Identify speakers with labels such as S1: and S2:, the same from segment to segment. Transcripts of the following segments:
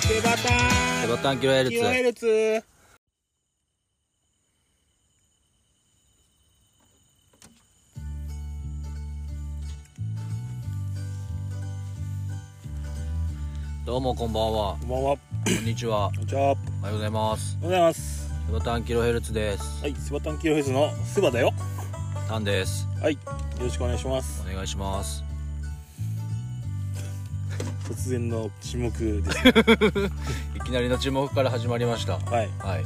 S1: セバタ
S2: セ
S1: ン
S2: バタンキロヘルツ
S1: キロヘルツ
S2: どうもこんばんは
S1: こんばんはこ
S2: こんにちは
S1: んにちはおはよ
S2: おはようございます
S1: うございます
S2: セバタンキロヘルツです
S1: はいセバタンキロヘルツのセバだよ
S2: タンです
S1: はいよろしくお願いします
S2: お願いします
S1: 突然の沈黙 です
S2: いきなりの注目から始まりました
S1: はい
S2: はい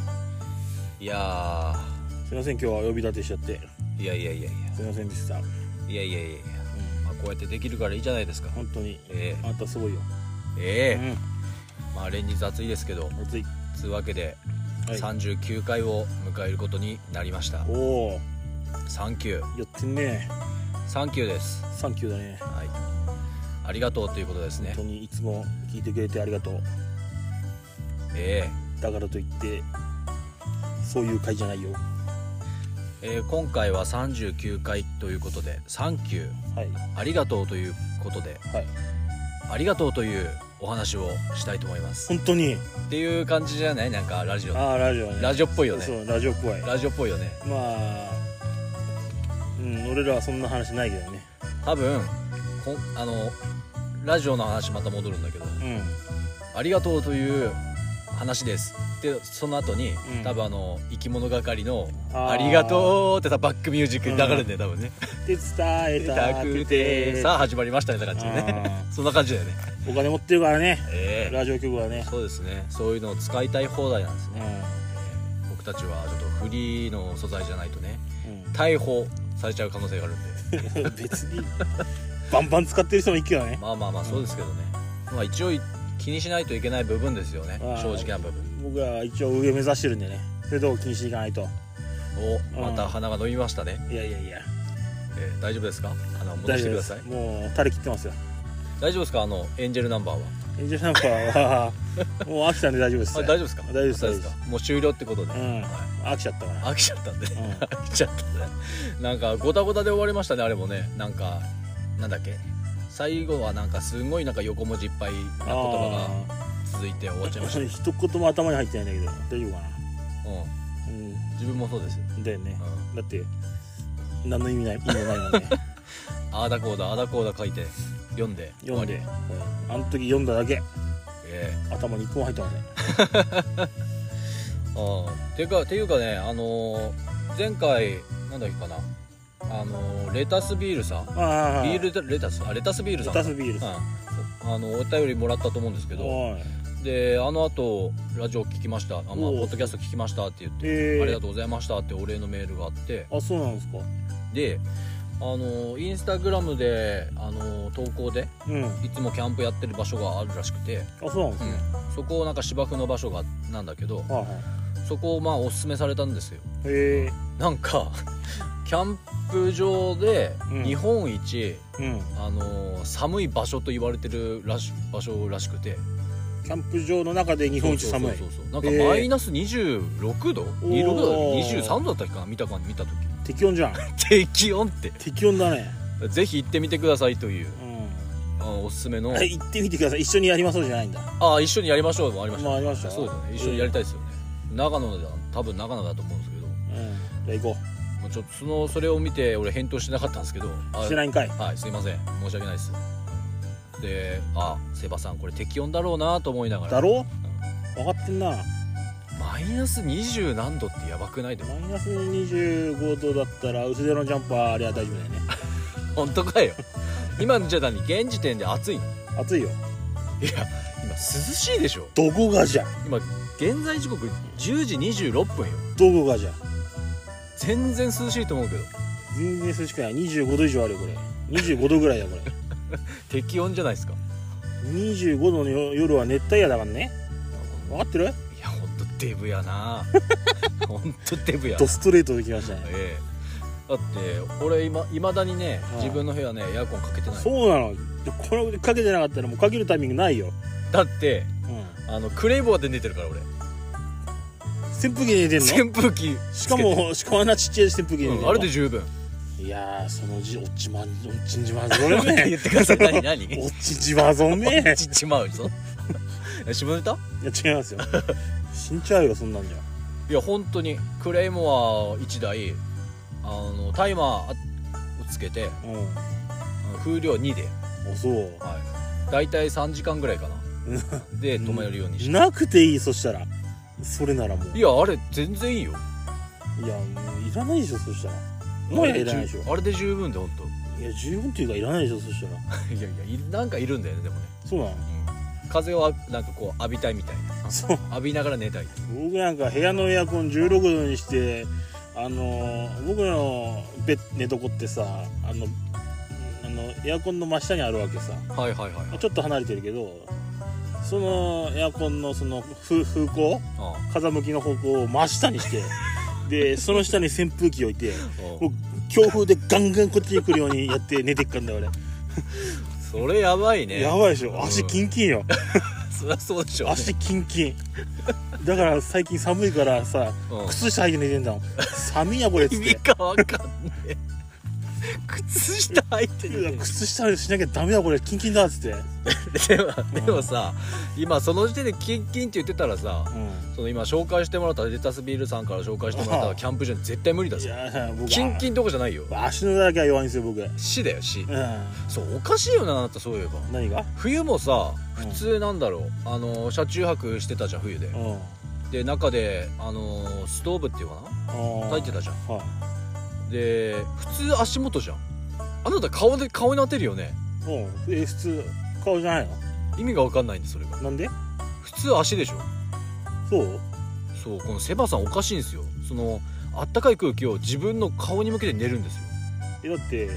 S2: いや
S1: すいません今日は呼び立てしちゃって
S2: ーいやいやいやい
S1: すいませんでした、うん、
S2: やいやいやいやいや、まあ、こうやってできるからいいじゃないですか
S1: 本当に
S2: え
S1: あなたすごいよ、
S2: えええ
S1: う
S2: まあ連日暑いですけど
S1: ん熱い
S2: つうわけで
S1: はい
S2: 39回を迎えることになりました
S1: おお
S2: サンキュー
S1: やってんね
S2: サンキューです
S1: サンキューだね
S2: はいありがとうということです
S1: 本
S2: ね
S1: 当にいつも聞いてくれてありがとう
S2: ええ
S1: だからといってそういう会じゃないよ
S2: えー今回は39回ということで「サンキュー
S1: はい
S2: ありがとう」ということで
S1: はい
S2: 「ありがとう」というお話をしたいと思います
S1: 本当に
S2: っていう感じじゃないなんかラジオ
S1: ああラジオね
S2: ラジオっぽいよね
S1: そうラジオ怖いま
S2: ラジオっぽいよね
S1: あうん俺らはそんな話ないけどね
S2: 多分こんあのラジオの話また戻るんだけど
S1: うん
S2: 「ありがとう」という話ですでその後に、
S1: うん
S2: 多分あの生き物係の「
S1: あー
S2: ありがとう」ってさバックミュージックに流れてんだよ多分ね
S1: で伝えたくて
S2: さあ始まりましたねって感じでね
S1: あ
S2: そんな感じだよね
S1: ーお金持ってるからね
S2: ええ
S1: ラジオ局はね
S2: そうですねそういうのを使いたい放題なんです
S1: う
S2: ね
S1: ん
S2: 僕たちはちょっとフリーの素材じゃないとね
S1: う
S2: 逮捕されちゃう可能性がある んで
S1: ん別にバンバン使ってる人もいるけどね
S2: まあまあまあそうですけどね、まあ一応気にしないといけない部分ですよね
S1: あー
S2: 正直な部分
S1: 僕らは一応上目指してるんでねそれどう気にしていかないと
S2: おまた鼻が伸びましたね、
S1: いやいやいや
S2: えー大丈夫ですか鼻を戻してください
S1: 大丈夫ですもう垂れ切ってますよ
S2: 大丈夫ですかあのエンジェルナンバーは
S1: エンジェルナンバーはもう飽きたんで大丈夫です
S2: あ大丈夫ですか
S1: 大丈夫です
S2: あもう終了ってことで、
S1: うん
S2: は
S1: 飽きちゃったか
S2: い
S1: ら
S2: 飽きちゃったんで
S1: うん
S2: 飽きちゃったんでなんかごたごたで終わりましたねあれもねなんかなんだっけ最後はなんかすごいなんか横文字いっぱいな言葉が続いて終わっちゃい ました、
S1: あー一言も頭に入ってないんだけど大丈夫かな
S2: う、
S1: うん
S2: 自分もそうです、
S1: んだよね
S2: う、ん、
S1: だって何の意味ない意味もないも んね
S2: ああだこうだああだこうだ書いて読んで
S1: 読んで
S2: 終わ
S1: あの時読んだだけ
S2: りえ
S1: 頭に一個も入ってません
S2: えああていうかていうかねあのー前回なんだっけかなあのーレタスビールさん
S1: あ
S2: ビールレタスあレタスビール
S1: レ
S2: さん
S1: タスビールさ
S2: うん、あのお便りもらったと思うんですけど
S1: おい
S2: であの後ラジオ聞きましたあ、まあ、ポ
S1: おう
S2: ッドキャスト聞きましたって言って、
S1: えー
S2: ありがとうございましたってお礼のメールがあって
S1: あそうなんですか
S2: であのインスタグラムであの投稿で
S1: うんあ
S2: いつもキャンプやってる場所があるらしくて、
S1: そうなんですね、
S2: そこをなんか芝生の場所がなんだけど
S1: はいは
S2: そこをまあおすすめされたんですよ
S1: いへえ
S2: な んかキャンプ場で
S1: うん
S2: 日本一、
S1: うん
S2: あの寒い場所と言われてるらし場所らしくて
S1: キャンプ場の中で日本一寒い
S2: そうそうそうそうなんか
S1: えー
S2: マイナス26度、
S1: おー
S2: 26度だ23度だったっけかな見たか見た時
S1: 適温じゃん
S2: 適温って
S1: 適温だね
S2: ぜひ行ってみてくださいという
S1: う
S2: あおすすめの
S1: んえ 行ってみてください一緒にやりましょうじゃないんだ
S2: あ一緒にやりましょうもありました、
S1: まあありました
S2: そうですよね一緒にやりたいですよね、長野だ多分長野だと思うんですけど
S1: うんじゃあ行こ
S2: もうちょっとそのそれを見て俺返答してなかったんですけどあ
S1: うしてないんかい
S2: はいすいません申し訳ないですであセバさんこれ適温だろうなと思いながら
S1: だろ分かってんな
S2: マイナス20何度ってやばくないでも
S1: マイナス25度だったら薄手のジャンパーあれは大丈夫だよね
S2: 本当かよ今のじゃあ何現時点で暑いの
S1: 暑いよ
S2: いや今涼しいでしょ
S1: どこがじゃ
S2: 今現在時刻10時26分よ
S1: どこがじゃ
S2: 全然涼しいと思うけど
S1: 全然涼しくない25度以上あるよこれ25度ぐらいだよこれ
S2: 適温じゃないですか
S1: 25度の夜夜は熱帯夜だからね分かってる
S2: いやほんとデブ やなほんとデブや
S1: ドストレートできましたね
S2: ええだって俺今いまだにね
S1: うん
S2: 自分の部屋ねエアコンかけてない
S1: そうなのこれかけてなかったらもうかけるタイミングないよ、
S2: だって
S1: うん、
S2: あのクレイボーで寝てるから俺
S1: 扇風機で寝てんの
S2: 扇風機
S1: しかもしかもあんなちっちゃい扇風機で寝てん
S2: うん
S1: の
S2: あれで十分
S1: いやーそのじおっちまんおっ ちんじまんぞ
S2: 言ってください何何
S1: おっちんじまんぞね
S2: ちちまうぞ え下ネタ
S1: いや違います よ死んちゃうよそんなんじゃ
S2: いや本当にクレイモア1台あのタイマーをつけて
S1: う
S2: あの風量2で、
S1: んあそう
S2: はい、大体3時間ぐらいか なで止めるようにして
S1: なくていいそしたらそれならもう
S2: い
S1: い
S2: やあれ全然いいよ
S1: やもういらないでしょそしたらもういらないでしょ
S2: あれで十分で本
S1: いや十分っていうかいらないでしょそしたら
S2: 当 いやいやいなんかいるんだよねでもね、
S1: そうなの
S2: うん、風をあなんかこう浴びたいみたいな
S1: そう
S2: 浴びながら寝たい
S1: 僕なんか部屋のエアコン16度にしてあのー僕のベッ寝床ってさあのあのエアコンの真下にあるわけさ
S2: はいはいはいはい
S1: ちょっと離れてるけどそのエアコンのその風風向
S2: あ
S1: 風向きの方向を真下にしてでその下に扇風機置いて
S2: あ
S1: もう強風でガンガンこっちに来るようにやって寝てっかんだ俺、
S2: それやばいね
S1: やばいでしょ足
S2: うん
S1: キンキン よ、
S2: そりゃそうでしょうね、
S1: 足キンキンだから最近寒いからさ
S2: うん
S1: 靴下履いて寝てんだもん寒いやこれっつ
S2: 意
S1: っ
S2: 味
S1: て
S2: かわかんねえ 靴下履いて
S1: いや
S2: る
S1: 靴下しなきゃダメだこれキンキンだっつって、
S2: でもでもさ今その時点でキンキンって言ってたらさ
S1: うん
S2: その今紹介してもらったレタスビールさんから紹介してもらっ
S1: あ
S2: た
S1: あ
S2: キャンプ場に絶対無理だ
S1: い
S2: ぞ
S1: やいや僕
S2: キンキンとかじゃないよ
S1: あ足の裏だけは弱いんですよ僕うん
S2: 死だよ死そうおかしいよなあなたそういえば
S1: 何が
S2: 冬もさ
S1: う
S2: 普
S1: ん
S2: 通なんだろうあの車中泊してたじゃん冬で
S1: うん
S2: で中であのストーブっていうかな炊いてたじゃん
S1: たはい
S2: で普通足元じゃんあなた顔で顔に当てるよね
S1: うんえ普通顔じゃないの
S2: 意味がわかんないんでそれが
S1: なんで
S2: 普通足でしょ
S1: そう
S2: そうこのセバさんおかしいんですよそのあったかい空気を自分の顔に向けて寝るんですよ
S1: えだって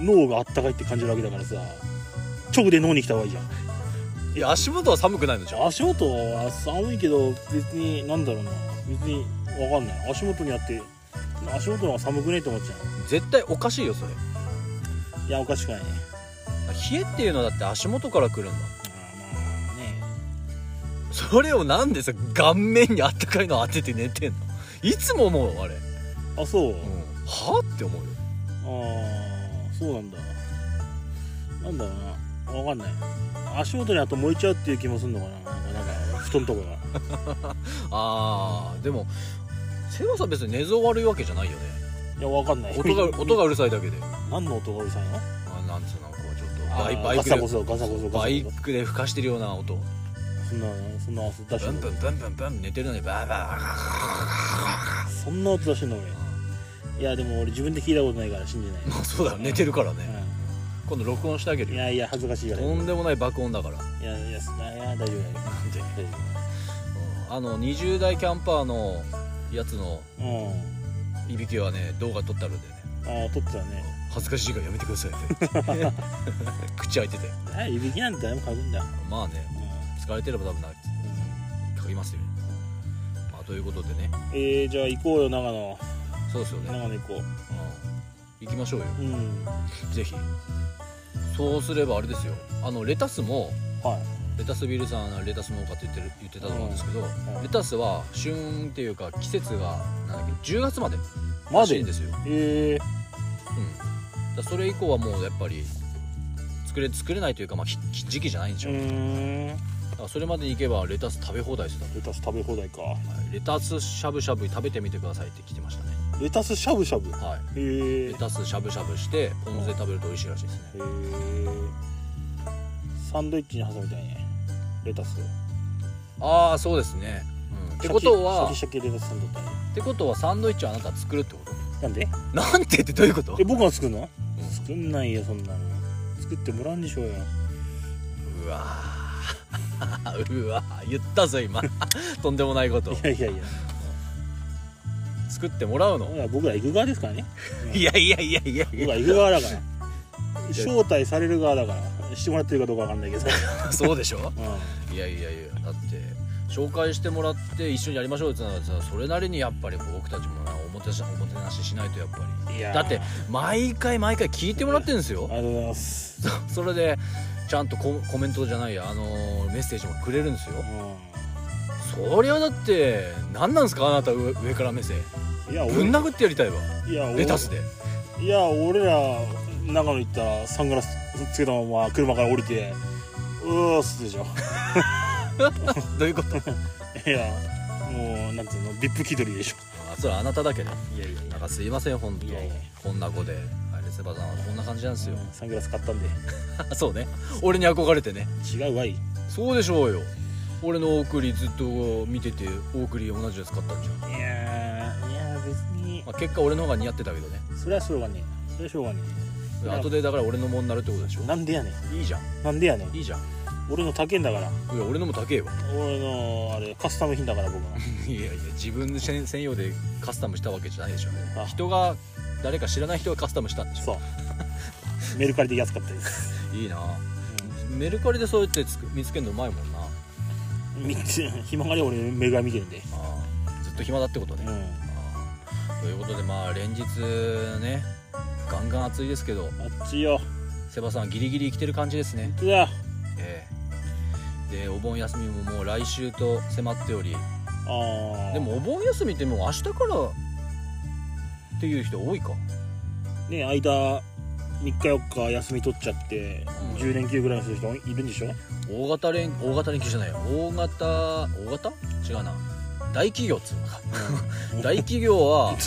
S1: 脳があったかいって感じるわけだからさ直で脳に来た方がいいじゃん
S2: いや足元は寒くないのじゃん
S1: 足元は寒いけど別になんだろうな別にわかんない足元にあって足元の方が寒くねえと思っちゃ
S2: 絶対おかしいよそれ
S1: ういやおかしくないね
S2: 冷えっていうのはだって足元から来るん
S1: あー
S2: だ
S1: まあね
S2: それをなんでさ顔面にあったかいの当てて寝てんのいつも思うあれ、
S1: あそう、
S2: うん、はあって思うよ
S1: ああそうなんだなんだろうなわかんない足元にあと燃えちゃうっていう気もするのかななんかなんか布団とかが
S2: あーでもセバさん別に寝相悪いわけじゃないよね
S1: いやわかんない
S2: 音が音がうるさいだけで
S1: 何の音がうるさいの
S2: あなんつうのこうちょっと
S1: あ
S2: バイ
S1: ー
S2: バイ
S1: ガ
S2: ク
S1: サゴ
S2: で
S1: ソガサゴソガサゴソ
S2: バイクで吹かしてるような音
S1: そんなそんな音出して
S2: ブ
S1: んの
S2: ンブンブンブンブン寝てるのにバーバー
S1: そんな音出してんの俺いやでも俺自分で聞いたことないから信じない、
S2: まあ そうだよ寝てるからね今度録音してあげ
S1: うん、
S2: る
S1: い
S2: よ
S1: やいや恥ずかしいからい
S2: と
S1: や
S2: んでもない爆音だから
S1: いやいや大丈夫大丈
S2: なんで
S1: 夫大丈
S2: あの20代キャンパーのやつの
S1: 夫うん
S2: いびきはね動画撮ってあるんでね
S1: ああ撮ってたね
S2: 恥ずかしいからやめてください ね口開いてて
S1: あいびきなんて誰も書くんだ、
S2: まあね
S1: うん
S2: 疲れてれば多分な書きますよ、まあ、ということでね
S1: えー、じゃあ行こうよ長野
S2: そうですよね、
S1: 長野行こ
S2: うん行きましょうよ
S1: ううん
S2: ぜひそうすればあれですよあのレタスも
S1: はい
S2: レタスビールさんはレタス農家って言ってる言ってたと思うんですけど、
S1: うん
S2: レタスは旬っていうか季節がなんだっけ10月まで
S1: マ
S2: らしい
S1: ジ
S2: んですよ、うん、だか
S1: え
S2: らそれ以降はもうやっぱり作れ作れないというか、まあ、ひ時期じゃないんで
S1: ー、
S2: し
S1: う
S2: ょ、だ
S1: ーん
S2: からそれまでに行けばレタス食べ放題してた
S1: レタス食べ放題か
S2: はいレタスしゃぶしゃぶ食べてみてくださいって来てましたね
S1: レタスしゃぶしゃぶ
S2: はい
S1: えー、
S2: レタスしゃぶしゃぶしてポン酢で食べると美味しいらしいですね
S1: えー、サンドイッチに挟みたいねレタス
S2: ああそうですね、うん、ってことは
S1: シャキシャキレタスサンドだね
S2: ってことはサンドイッチはあなた作るってこと
S1: なんで
S2: なんてってどういうこと
S1: え僕が作るの
S2: うん
S1: 作んないよそんなの作ってもらうんでし ょうよ
S2: うわー うわー言ったぞ今とんでもないこと
S1: いやいやいや
S2: 作ってもら
S1: ほ
S2: うの
S1: ら僕ら行く側ですからね
S2: いやいやいやいやい
S1: 僕ら
S2: や
S1: 行く側だ から招待される側だからしてもらってるかどうかわかんないけど、
S2: そうでしょ
S1: うん、
S2: いやいやいやだって紹介してもらって一緒にやりましょうってなったらさそれなりにやっぱり僕たちもなおもてなしおもてなししないとやっぱ り
S1: いやー
S2: だって毎回毎回聞いてもらってるんですよ
S1: ありがとうございます、
S2: それでちゃんとココメントじゃないやあのーメッセージもくれるんですよそりゃだって何なんすかあなた上上から目線
S1: うん、い や
S2: ぶん殴ってやりたいわ
S1: いや
S2: レタスで
S1: いや俺ら長野行ったらサングラスつけたまま車から降りてうーっすでしょ
S2: どういうこと
S1: いやもうなんていうのビップ気取りでしょ
S2: あそれあなただけね
S1: いやいやい
S2: なんかすいません本当
S1: いやいや
S2: こんな子であれセバさんはこんな感じなんですよ
S1: サングラス買ったんで
S2: そうね俺に憧れてね
S1: 違うわい
S2: そうでしょうよ俺のお送りずっと見ててお送り同じやつ買ったんじゃん、
S1: いやいや別に
S2: まあ、結果俺の方が似合ってたけどね
S1: それはしょうがねえそれはしょうがねいや
S2: 後でだから俺のもんになるってことでしょ
S1: えなんでやねん
S2: いいじゃん
S1: なんでやねん
S2: いいじゃん
S1: 俺の高えんだから
S2: いや俺のも高えわ
S1: 俺のあれカスタム品だから 僕の
S2: いやいや自分専専用でカスタムしたわけじゃないでしょ
S1: あ
S2: 人が誰か知らない人がカスタムしたんでしょ
S1: そうメルカリで安かったです、
S2: いいなメルカリでそうやってつく見つけるのうまいもんな
S1: うん、見て暇がり俺メルカリ見てるんで
S2: あーずっと暇だってことね、
S1: うん
S2: あーということでまあ連日ねガンガン暑いですけど
S1: あっちよ
S2: セバさんギリギリ生きてる感じですね
S1: 本当だ
S2: ええでお盆休みももう来週と迫っており
S1: あー
S2: でもお盆休みってもう明日からっていう人多いか
S1: ね間3日4日休み取っちゃって、
S2: うん
S1: 10連休ぐらいの人いるんでしょ
S2: 大型連大型連休じゃないよ大型大型違うな大企業っつうの か大企業は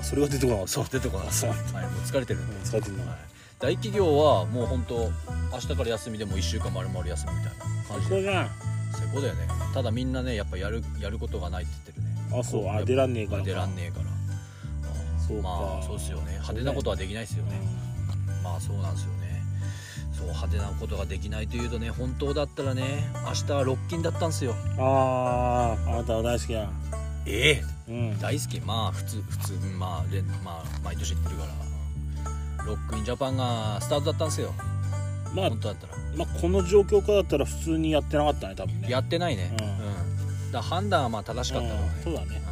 S1: あそれが出てこなかった
S2: そう出てこなかった、
S1: そう
S2: はい、もう疲れてるんで
S1: うん疲れてる
S2: は
S1: ない
S2: 大企業はもう本当明日から休みでも1週間丸々休みみたいな感じ
S1: これ
S2: で
S1: が
S2: 最高だよねただみんなねやっぱやるやることがないって言ってるね
S1: あそう
S2: やっ
S1: あ
S2: ぱ
S1: 出らんねえから
S2: 出らんねえからあー
S1: そうか
S2: まあそうですよね派手なことはできないですよねまあそうなんですよねそう派手なことができないというとね本当だったらね明日はロッキンだったんですよ
S1: うんあーあなたは大好きや
S2: え
S1: う
S2: え
S1: ん
S2: 大好きまあ普通普通うんまあ連まあ毎年言ってるからロックインジャパンがスタートだったんですよ
S1: まあ
S2: 本当だったら
S1: まあこの状況下だったら普通にやってなかったね多分ね
S2: やってないね、
S1: う
S2: うんんだから判断はまあ正しかったろうね
S1: うん、そうだね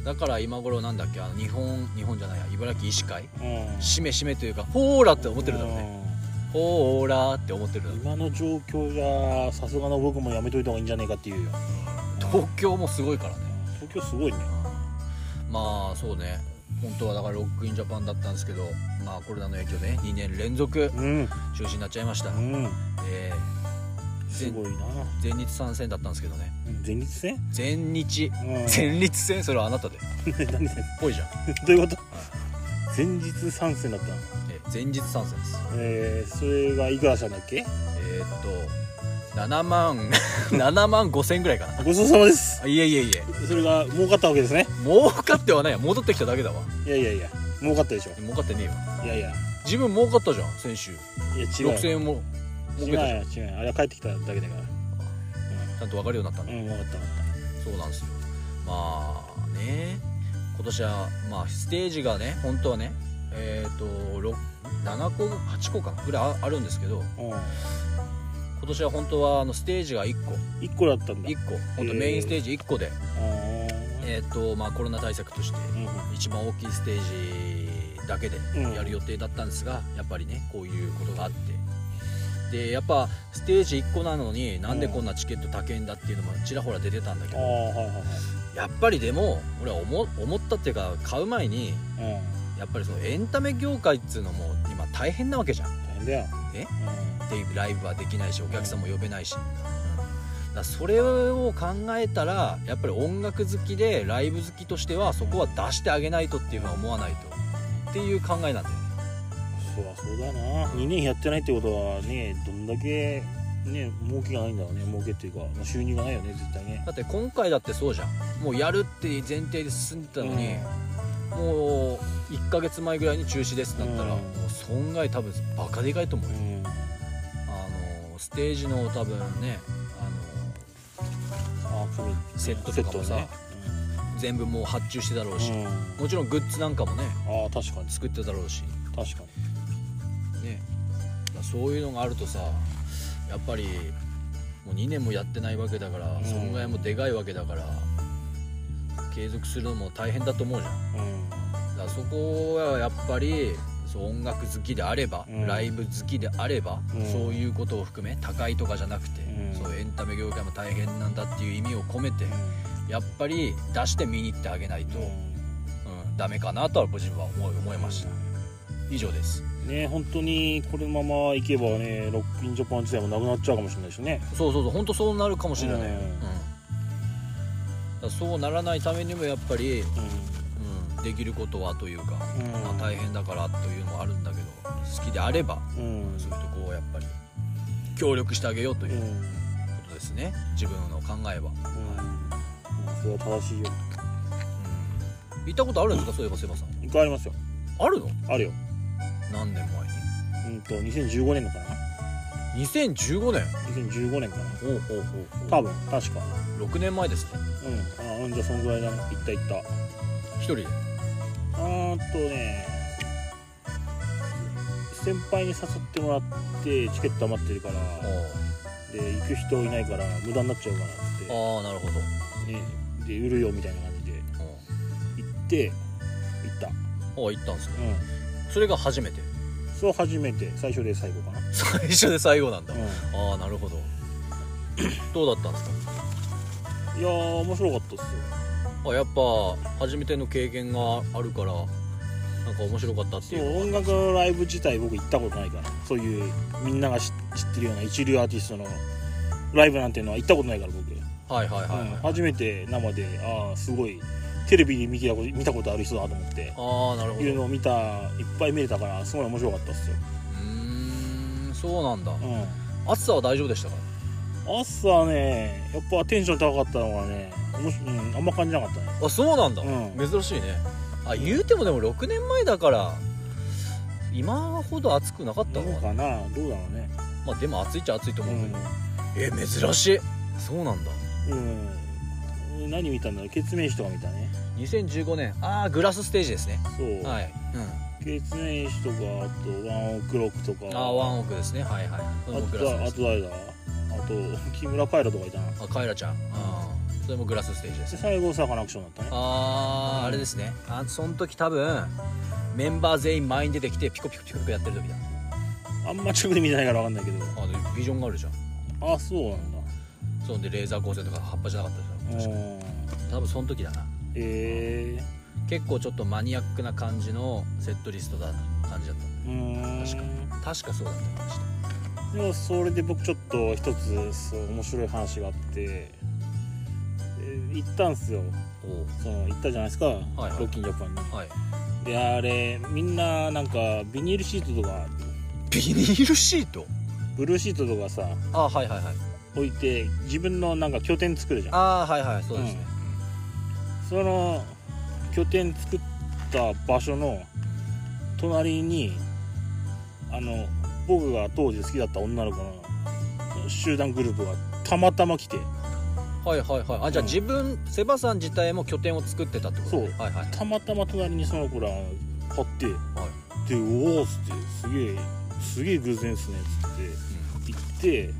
S2: うんだから今頃なんだっけあの日本日本じゃないや茨城医師会
S1: うん
S2: しめしめというかほーらって思ってるだろうねほーらって思ってるだ
S1: う
S2: ろ
S1: ん
S2: う
S1: 今の状況じゃさすがの僕もやめといた方がいいんじゃねえかっていうよ
S2: 東京もすごいからね
S1: 東京すごいね
S2: まあそうね本当はだからロックインジャパンだったんですけどまあコロナの影響でね2年連続
S1: うん
S2: 中止になっちゃいました、
S1: うん
S2: えー
S1: すごいな
S2: 全日参戦だったんですけどね
S1: 前日戦
S2: 全日
S1: うん
S2: 全日戦それはあなたで
S1: 何 戦
S2: ぽいじゃん、
S1: どういうこと前日参戦だったの
S2: えー前日参戦です
S1: えー、それがいくらしたんだっけ
S2: えーっと7万 7万5千ぐらいかな
S1: ごちそうさまです
S2: あいえいえいえ
S1: それが儲かったわけですね
S2: 儲かってはないや戻ってきただけだわ
S1: いやいやいや儲かったでしょ
S2: 儲かってねえよ
S1: いやいやい
S2: 自分儲かったじゃん先週
S1: や違う
S2: 6000円も儲
S1: 違
S2: け
S1: うよ
S2: たじゃん
S1: 違うよあれは帰ってきただけだから
S2: ちゃんと分かるようになったん
S1: うん、う
S2: だ、
S1: ん、分かった分か
S2: そうなんですよまあね今年はまあステージがね本当はねえーっと6 7個8個かなぐらいああるんですけど
S1: った
S2: 今年は本当はあのステージが1個
S1: うん1個だったんだ
S2: 1個本当メインステージ1個で、
S1: あ
S2: えーっとまあコロナ対策として
S1: ー
S2: 一番大きいステージだけで
S1: うん
S2: やる予定だったんですが、やっぱりねこういうことがあってでやっぱステージ1個なのになんでこんなチケット高いんだっていうのもちらほら出てたんだけ
S1: あー
S2: ど、
S1: はいはい
S2: やっぱりでも俺は思思ったっていうか買う前に
S1: はいうん
S2: やっぱりそのエンタメ業界っつうのも今大変なわけじゃん
S1: 大変だよ
S2: ね
S1: う
S2: でライブはできないしお客さんも呼べないし、うんだからそれを考えたらやっぱり音楽好きでライブ好きとしてはそこは出してあげないとっていうのは思わないとっていう考えなんだよね
S1: んそりゃそうだな2年やってないってことはねどんだけね儲けがないんだろうね儲けっていうかまあ収入がないよね絶対ね
S2: だって今回だってそうじゃんもうやるっていう前提で進んでたのに、もう1ヶ月前ぐらいに中止ですってなったら、
S1: うん
S2: もう損害多分バカでかいと思うよ、
S1: うん
S2: あのステージの多分ねあ
S1: あー紙
S2: のセットとかも
S1: セ
S2: さ、
S1: ッ
S2: 全部もう発注してたろうし、
S1: トねうん
S2: もちろんグッズなんかもね
S1: ああ確かに
S2: 作ってたろうし
S1: 確かに
S2: ねだからそういうのがあるとさやっぱりもう2年もやってないわけだから、
S1: うん
S2: 損害もでかいわけだから継続するのも大変だと思うじゃん
S1: う
S2: だからそこはやっぱりそう音楽好きであれば、
S1: うん
S2: ライブ好きであれば、
S1: うん
S2: そういうことを含め高いとかじゃなくて、
S1: うん
S2: そうエンタメ業界も大変なんだっていう意味を込めて、
S1: ん
S2: やっぱり出して見に行ってあげないと、
S1: うん
S2: うんダメかなとは自分は思い思いました、以上です
S1: ね本当にこのまま行けばねロッキンジャパン自体もなくなっちゃうかもしれないしね
S2: そうそうそう本当そうなるかもしれない、
S1: うん
S2: うんだからそうならないためにもやっぱり、
S1: う
S2: うん、できることはというか、
S1: んうん
S2: まあ、大変だからというのもあるんだけど好きであれば
S1: うん
S2: そういうとこをやっぱり協力してあげようと
S1: う
S2: い
S1: んう
S2: うんことですね自分の考えは、
S1: それは正しいよ
S2: うん、行ったことあるんですかそういえばセバさん
S1: 一回ありますよ
S2: あるの
S1: あるよ
S2: 何年
S1: うんと2015年のかな
S2: 前に2015年
S1: 2015年かな
S2: ほうほうほうほ
S1: 多分確か
S2: う6年前ですね
S1: うんあうんじゃあそんぐらいだね行った行った
S2: 一人で
S1: あーっとね先輩に誘ってもらってチケット余ってるから
S2: あー
S1: で行く人いないから無駄になっちゃうからっつ
S2: あ
S1: っ
S2: ーなるほど
S1: て、ね、で売るよみたいな感じで行って行った
S2: ああ行ったんですか
S1: う
S2: それが初めて
S1: んそう初めて最初で最後かな
S2: 最初で最後なんだ、
S1: うん
S2: ああなるほど どうだったんです
S1: いやー面白かったっすよ
S2: かあやっぱ初めての経験があるからなんか面白かったっ
S1: そ
S2: ていうう
S1: 音楽のライブ自体僕行ったことないからそういうみんなが知知ってるような一流アーティストのライブなんていうのは行ったことないから僕、
S2: はいはいはいはい、
S1: うん初めて生でああすごいテレビで見たこと見たことある人だと思って
S2: ああなるほど
S1: いう
S2: う
S1: のを見たいっぱい見れたからすごい面白かったっすよ、
S2: ーんそうなんだ
S1: う
S2: 暑さは大丈夫でしたか
S1: ん、朝ねやっぱテンション高かったのがねもし、うん、あんま感じなかったね
S2: あそうなんだ、
S1: う
S2: 珍しいねあ言うてもでも6年前だから今ほど暑くなかった
S1: ど
S2: の
S1: う
S2: かな
S1: かなどうだろうね
S2: まあでも暑いっちゃ暑いと
S1: う
S2: 思うけ
S1: ん
S2: ど、え珍しいそうなんだ
S1: うん何見たんだろうケツメイシとか見たね
S2: 2015年ああグラスステージですね
S1: そう、
S2: はい、うん、
S1: ケツメイシとかあとワンオクロックとか
S2: ああワンオクですねはいはいそれも
S1: あ
S2: グ
S1: と
S2: ラス
S1: は
S2: で
S1: あ
S2: す
S1: と誰だあと木村カエラとかいたなで
S2: あカエラちゃん、うん、それもグラスステージですね
S1: 最後サカナクションだったね
S2: あ
S1: う
S2: あ
S1: ん
S2: あれですねあその時多分メンバー全員前に出てきてピコピコピコピコやってる時だ
S1: あんま直で見てないから分かんないけど
S2: あでビジョンがあるじゃん
S1: あそうなんだ
S2: そんでレーザー光線とか葉っぱじゃなかったでしょ
S1: うん
S2: 多分その時だな
S1: ええ
S2: 結構ちょっとマニアックな感じのセットリストだ感じだっ
S1: うーん
S2: 確た確かそうだった感じだ
S1: でもそれで僕ちょっと一つそう面白い話があって、えー行ったんすよ
S2: お
S1: その行ったじゃないですか、
S2: はい
S1: ロッキンジャパンに
S2: おはい
S1: であれみんななんかビニールシートとか
S2: ビニールシート
S1: ブルーシートとかさ
S2: あはいはいはい
S1: 置いて自分のなんか拠点作るじゃん
S2: あはいはいそうですね、
S1: その拠点作った場所の隣にあの僕が当時好きだった女の子の集団グループがたまたま来て
S2: はいはいはいあじゃあ
S1: うん
S2: 自分、セバさん自体も拠点を作ってたってことね
S1: そう
S2: はいはい
S1: たまたま隣にその子ら張って
S2: はい
S1: で「おお」っつって「すげえすげえ偶然っすね」っつって行って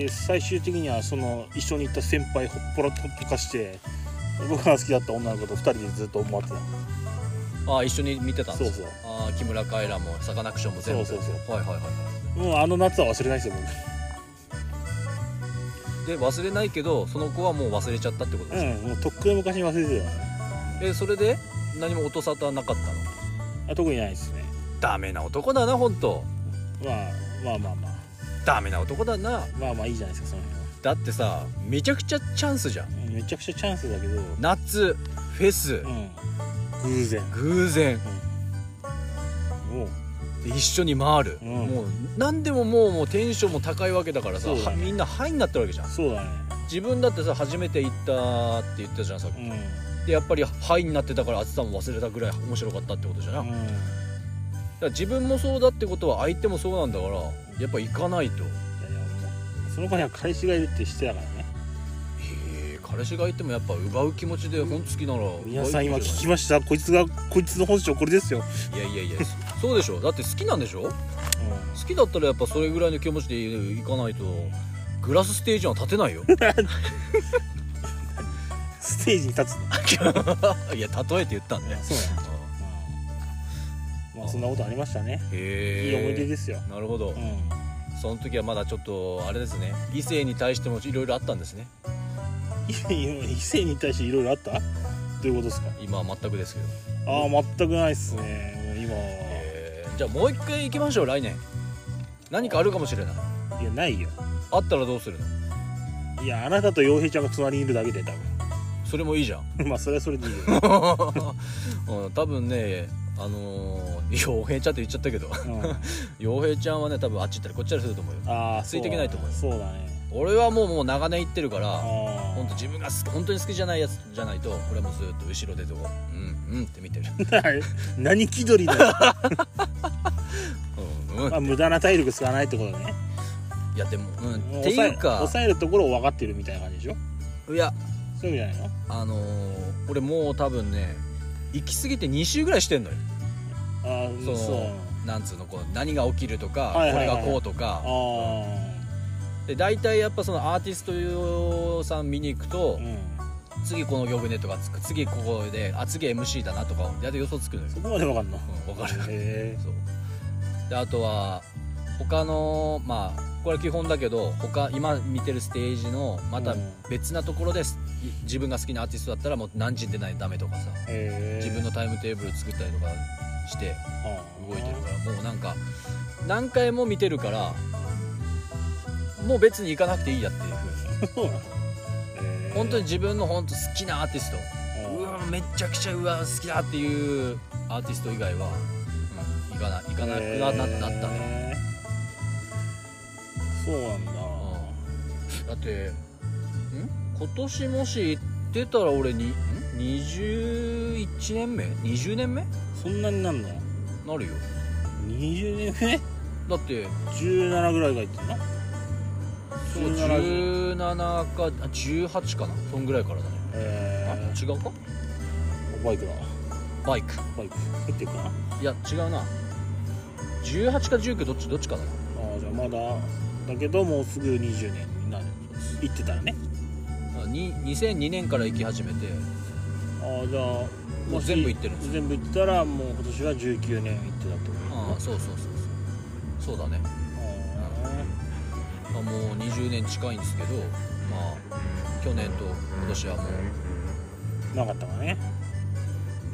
S1: で最終的にはその一緒に行った先輩ほっぽらっとかして僕が好きだった女の子と2人でずっと思ってた
S2: あ一緒に見てたん
S1: そう
S2: です
S1: そう
S2: あ木村カエラもサカナクションも全部
S1: そうそう
S2: はいはいはいは
S1: もうあの夏は忘れないですよ
S2: いで忘れないけどその子はもう忘れちゃったってこと
S1: 僕
S2: です、
S1: うんもうとっくの昔に忘れてたよ
S2: えそれで何も音沙汰なかったの
S1: あ特にないですね
S2: ダメな男だな本当
S1: まあまあまあまあ
S2: ダメな男だな
S1: まあまあいいじゃないですかその辺は
S2: だってさめちゃくちゃチャンスじゃん
S1: うんめちゃくちゃチャンスだけどう
S2: 夏フェス、
S1: ん偶然
S2: 偶然
S1: もう
S2: で一緒に回る、
S1: うん
S2: もう何でももうもうテンションも高いわけだからさ、
S1: そうだね
S2: はみんなハイになってるわけじゃん
S1: そうだね
S2: 自分だってさ初めて行ったって言ったじゃんさっき
S1: う
S2: でやっぱりハイになってたから暑さも忘れたぐらい面白かったってことじゃな、
S1: ん
S2: だか
S1: うん
S2: ら自分もそうだってことは相手もそうなんだからやっぱ行かないと
S1: いやいやもうその子には彼氏がいるって知ってたからね
S2: へえ彼氏がいてもやっぱ奪う気持ちで本当好きなら
S1: 皆さん今
S2: 奪う
S1: 聞
S2: 気持ち
S1: き
S2: じ
S1: ましたこいつがこいつの本性これですよ、
S2: ゃないいやいやいやそそうでしょだって好きなんでしょ好きだったらやっぱそれぐらいの気持ちで行かないとグラスステージは立てな いよ
S1: ステージに立つの
S2: いや例えて言ったんだよ
S1: そうなんだ
S2: あ
S1: うんまあそんなことありましたね
S2: あへ
S1: い
S2: え
S1: い思い出ですよ、
S2: なるほど、
S1: うん
S2: その時はまだちょっとあれですね異性に対してもいろいろあったんですね
S1: いやいや異性に対していろいろあったどういうことですか
S2: 今は全くですけど
S1: ああ全くないっすねもう今は、
S2: えーじゃあもう一回行きましょう来年何かあるかもしれない
S1: いやないよ
S2: あったらどうするの
S1: いやあなたと洋平ちゃんが隣にいるだけで多
S2: それもいいじゃん
S1: 分 まあそれはそれでいいよ、
S2: うん多分ねあのー洋平ちゃんって言っちゃったけど
S1: うん、
S2: 洋平ちゃんはね多分あっち行ったりこっち行ったりすると思うよ
S1: ああ
S2: ついていけないと思うよ
S1: そうだね
S2: 俺はもうもう長年行ってるから
S1: あ
S2: 本当自分が好き本当に好きじゃないやつじゃないと俺もずっと後ろでどこうんうんって見てる
S1: ー 何気取りだよ、
S2: うんうん
S1: まあ、無駄な体力使わないってことだね
S2: いやでも、うん、って
S1: 抑え
S2: いうか
S1: 抑えるところを分かってるみたいな感じでしょ
S2: いや
S1: そういう意味じゃない
S2: あのー俺もう多分ね行き過ぎて2週ぐらいしてんのよ
S1: のああ
S2: そ
S1: そうう
S2: なんつうのこう何が起きるとか、
S1: はいはいはい
S2: これがこうとか
S1: ああ
S2: で大体やっぱそのアーティストさん見に行くと、
S1: うん
S2: 次この曲ねとかつく次ここであ次 MC だなとか大体予想つくのよ、
S1: そこまで分かんの
S2: うん、分かる
S1: へ
S2: そうであとは他のまあこれ基本だけど他今見てるステージのまた
S1: うん
S2: 別なところです、い自分が好きなアーティストだったらもう何時に出ないとダメとかさ
S1: えへえ
S2: 自分のタイムテーブル作ったりとかして動いてるからもうなんか何回も見てるからもう別に行かなくていいやっていう風に
S1: そうなのへー
S2: 本当に自分の本当好きなアーティストうわめちゃくちゃうわ好きだっていうアーティスト以外は、うん、行かな行かなくなななった
S1: へ
S2: ね
S1: ーそうなんだ
S2: だってん今年もし行ってたら俺にん21年目20年目
S1: そんなになんの
S2: なるよ
S1: 20年目
S2: だって
S1: 17ぐらいがいってんの
S2: そう
S1: 17
S2: 17かあ18かなそんぐらいからだねあ
S1: え
S2: 違うか
S1: ー、バイクだ
S2: バイク
S1: バイク入っていくかなあ
S2: いや違うな18か19どっちどっちかだ
S1: ーじゃあまだだけどもうすぐ20年になる行ってたらね
S2: なに2002年から行き始めて
S1: あーじゃあ
S2: も
S1: も
S2: う
S1: し
S2: 全部行ってるんですよ
S1: 全部行ってたらもう今年は19年行ってたってこと
S2: ああそうそうそうそうそうだねまあもう20年近いんですけどまあ去年と今年はもう
S1: あーなかったかね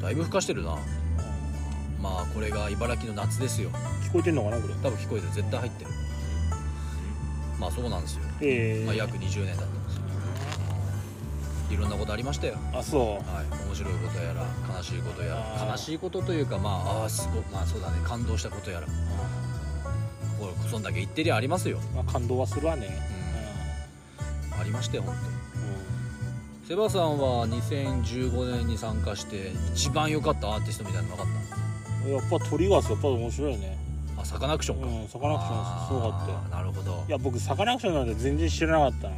S2: だいぶふかしてるな
S1: あ
S2: まあこれが茨城の夏ですよ
S1: ー聞こえてんのかなこれ
S2: 多分聞こえてる絶対入ってるまあそうなんですよ、
S1: ええ
S2: まあ、約20年だったんですよいろんなことありましたよ
S1: あそ
S2: はい面白いことやら悲しいことや
S1: あ
S2: ら
S1: ー
S2: 悲しいことというかまああーすごいまあそうだね感動したことやら
S1: う、
S2: これそんだけ言ってりゃありますよ
S1: まあ、感動はするわね
S2: ありましたよ本当セバさんは2015年に参加して一番良かったアーティストみたいなの分かっ
S1: うん、やっぱトリガースやっぱ面白いね
S2: たあサカナクション
S1: う
S2: か、
S1: んサカナクションすごかったよ
S2: あーなるほど
S1: いや僕サカナクションなんて全然知らなかったの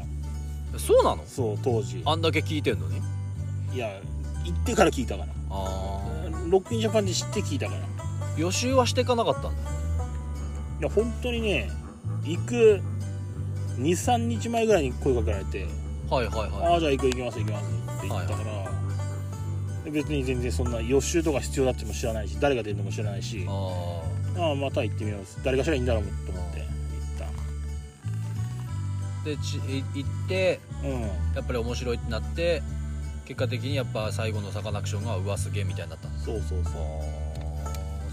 S2: そうなの
S1: そう当時
S2: あんだけ聞いてんのに
S1: いや行ってから聞いたから
S2: あ
S1: ロックインジャパンで知って聞いたからい
S2: あ予習はしていかなかったんだ
S1: や本当にね行く23日前ぐらいに声かけられて
S2: はいはい
S1: 「
S2: は
S1: ああじゃあ行く行きます行きます」って言ったから、で別に全然そんな予習とか必要だっても知らないし誰が出るのも知らないし
S2: いあ
S1: ああまた行ってみます誰がしらいいんだろうと思って行った
S2: あでちい行って
S1: うん
S2: やっぱり面白いってなって結果的にやっぱ最後のサカナクションがうわすげえみたいになったんです
S1: そうそう
S2: あ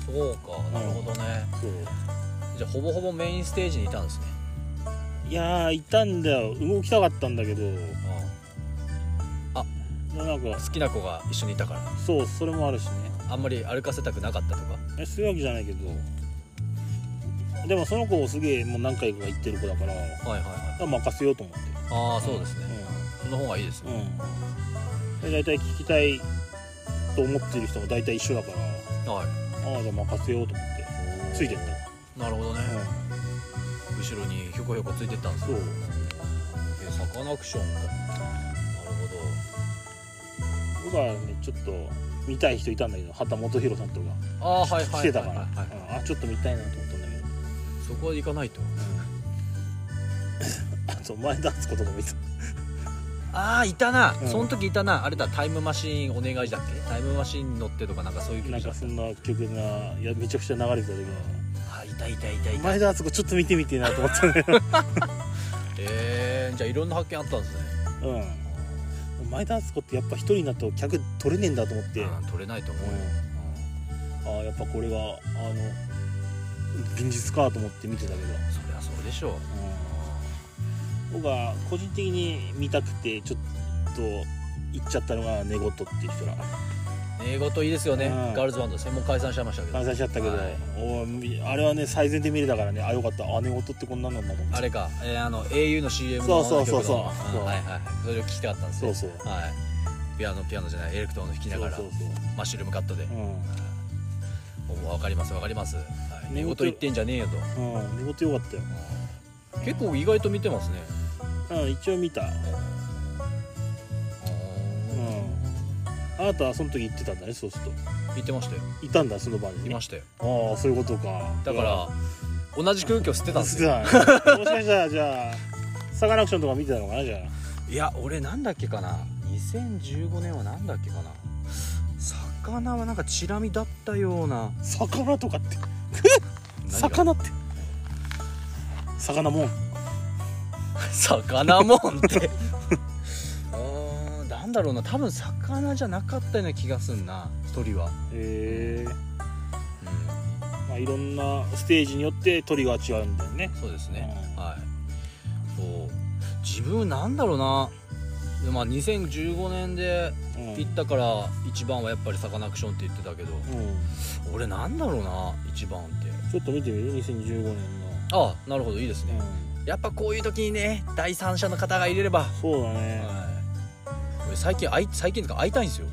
S1: そう
S2: あそうかなるほどね
S1: そう
S2: じゃあほぼほぼメインステージにいたんですね
S1: いやーいたんだよ動きたかったんだけどなんか
S2: 好きな子が一緒にいたから
S1: そうそれもあるしね
S2: あんまり歩かせたくなかったとか
S1: えそういうわけじゃないけどでもその子をすげえもう何回か行ってる子だから
S2: はいはいはい
S1: 任せようと思って
S2: ああそうですね、その方がいいです
S1: う
S2: ね
S1: ん、うん、で大体聞きたいと思ってる人も大体一緒だから
S2: はい
S1: ああじゃあ任せようと思ってついてった、
S2: なるほどね、
S1: う
S2: 後ろにひょこひょこついてったんです
S1: ん、そう
S2: えサカナクションかなる
S1: 僕はねちょっと見たい人いたんだけど畑本博さんとか
S2: ほどああはいはい
S1: 来
S2: はい
S1: て
S2: は
S1: た
S2: い
S1: から、
S2: はい
S1: うんあちょっと見たいなと思ったんだけど
S2: そこは行かないと
S1: あと前田敦子とかもいた
S2: ああいたな、
S1: うん
S2: その時いたなあれだタイムマシーンお願いだっけタイムマシーン乗ってとかなんかそういう
S1: な
S2: 曲
S1: ん
S2: だ
S1: か
S2: っ
S1: そんな曲がいやめちゃくちゃ流れてた時
S2: たあーいたいたいたい
S1: ど
S2: た
S1: 前田敦子ちょっと見てみてえなと思ったんだけど
S2: えー、じゃあいろんな発見あったんですね
S1: うん前田敦子ってやっぱ一人になると客取れねえんだと思って、
S2: うん取れないと思うよ、
S1: う
S2: うん
S1: あーやっぱこれはあの現実かと思って見てたけど、
S2: そりゃそうでしょう
S1: うん、僕は個人的に見たくてちょっと行っちゃったのが寝言っていう人ら
S2: 英語といいですよね、
S1: うん
S2: ガールズバンド専門解散しちゃいましたけど
S1: 感謝しちゃったけど、
S2: はい
S1: おーあれはね最善で見れたからねあよかったあ寝言ってこんなんなんだと思って
S2: あれか、えーあの au の CM の
S1: そうそうそうそう
S2: 曲
S1: そ
S2: のん
S1: う
S2: はいはいはいそれを聞きたかったんですね
S1: そうそう
S2: はいピアノピアノじゃないエレクトーンの弾きながら
S1: そうそう
S2: マッシュルームカットで、
S1: そう、
S2: うんもう分かります分かります、はい寝
S1: 寝
S2: 言
S1: 言
S2: 言ってんじゃねえよと、
S1: うんうん、寝言よかったよ
S2: うん結構意外と見てますね、
S1: うん一応見た
S2: うん
S1: あなたはその時行ってたんだねそうする
S2: 見てましたよ
S1: といたんだその場に
S2: い
S1: ね
S2: ましたよ
S1: ああそういうことか
S2: だから同じ空気を吸ってたん
S1: うん
S2: ですよ
S1: 捨てたねもしかしたらじゃあサカナクションとか見てたのかなじゃ
S2: いや俺なんだっけかな2015年はなんだっけかな魚はなんかチラ見だったような
S1: あ魚とかって
S2: 何が
S1: 魚って魚もん
S2: 魚もんってうーんなんだろうな多分魚じゃなかったような気がすんな鳥は、
S1: ええまあいろんなステージによって鳥が違うんだよね
S2: そうですね
S1: うん
S2: はいそう自分なんだろうなでまあ2015年で
S1: うん
S2: 行ったから一番はやっぱりサカナクションって言ってたけど
S1: うん
S2: 俺なんだろうな一番って
S1: ちょっと見てみる2015年の、
S2: あなるほどいいですね、
S1: うん、
S2: やっぱこういう時にね第三者の方がいれれば、
S1: そうだね、
S2: はい、俺最近あい最近とか会いたいんですよ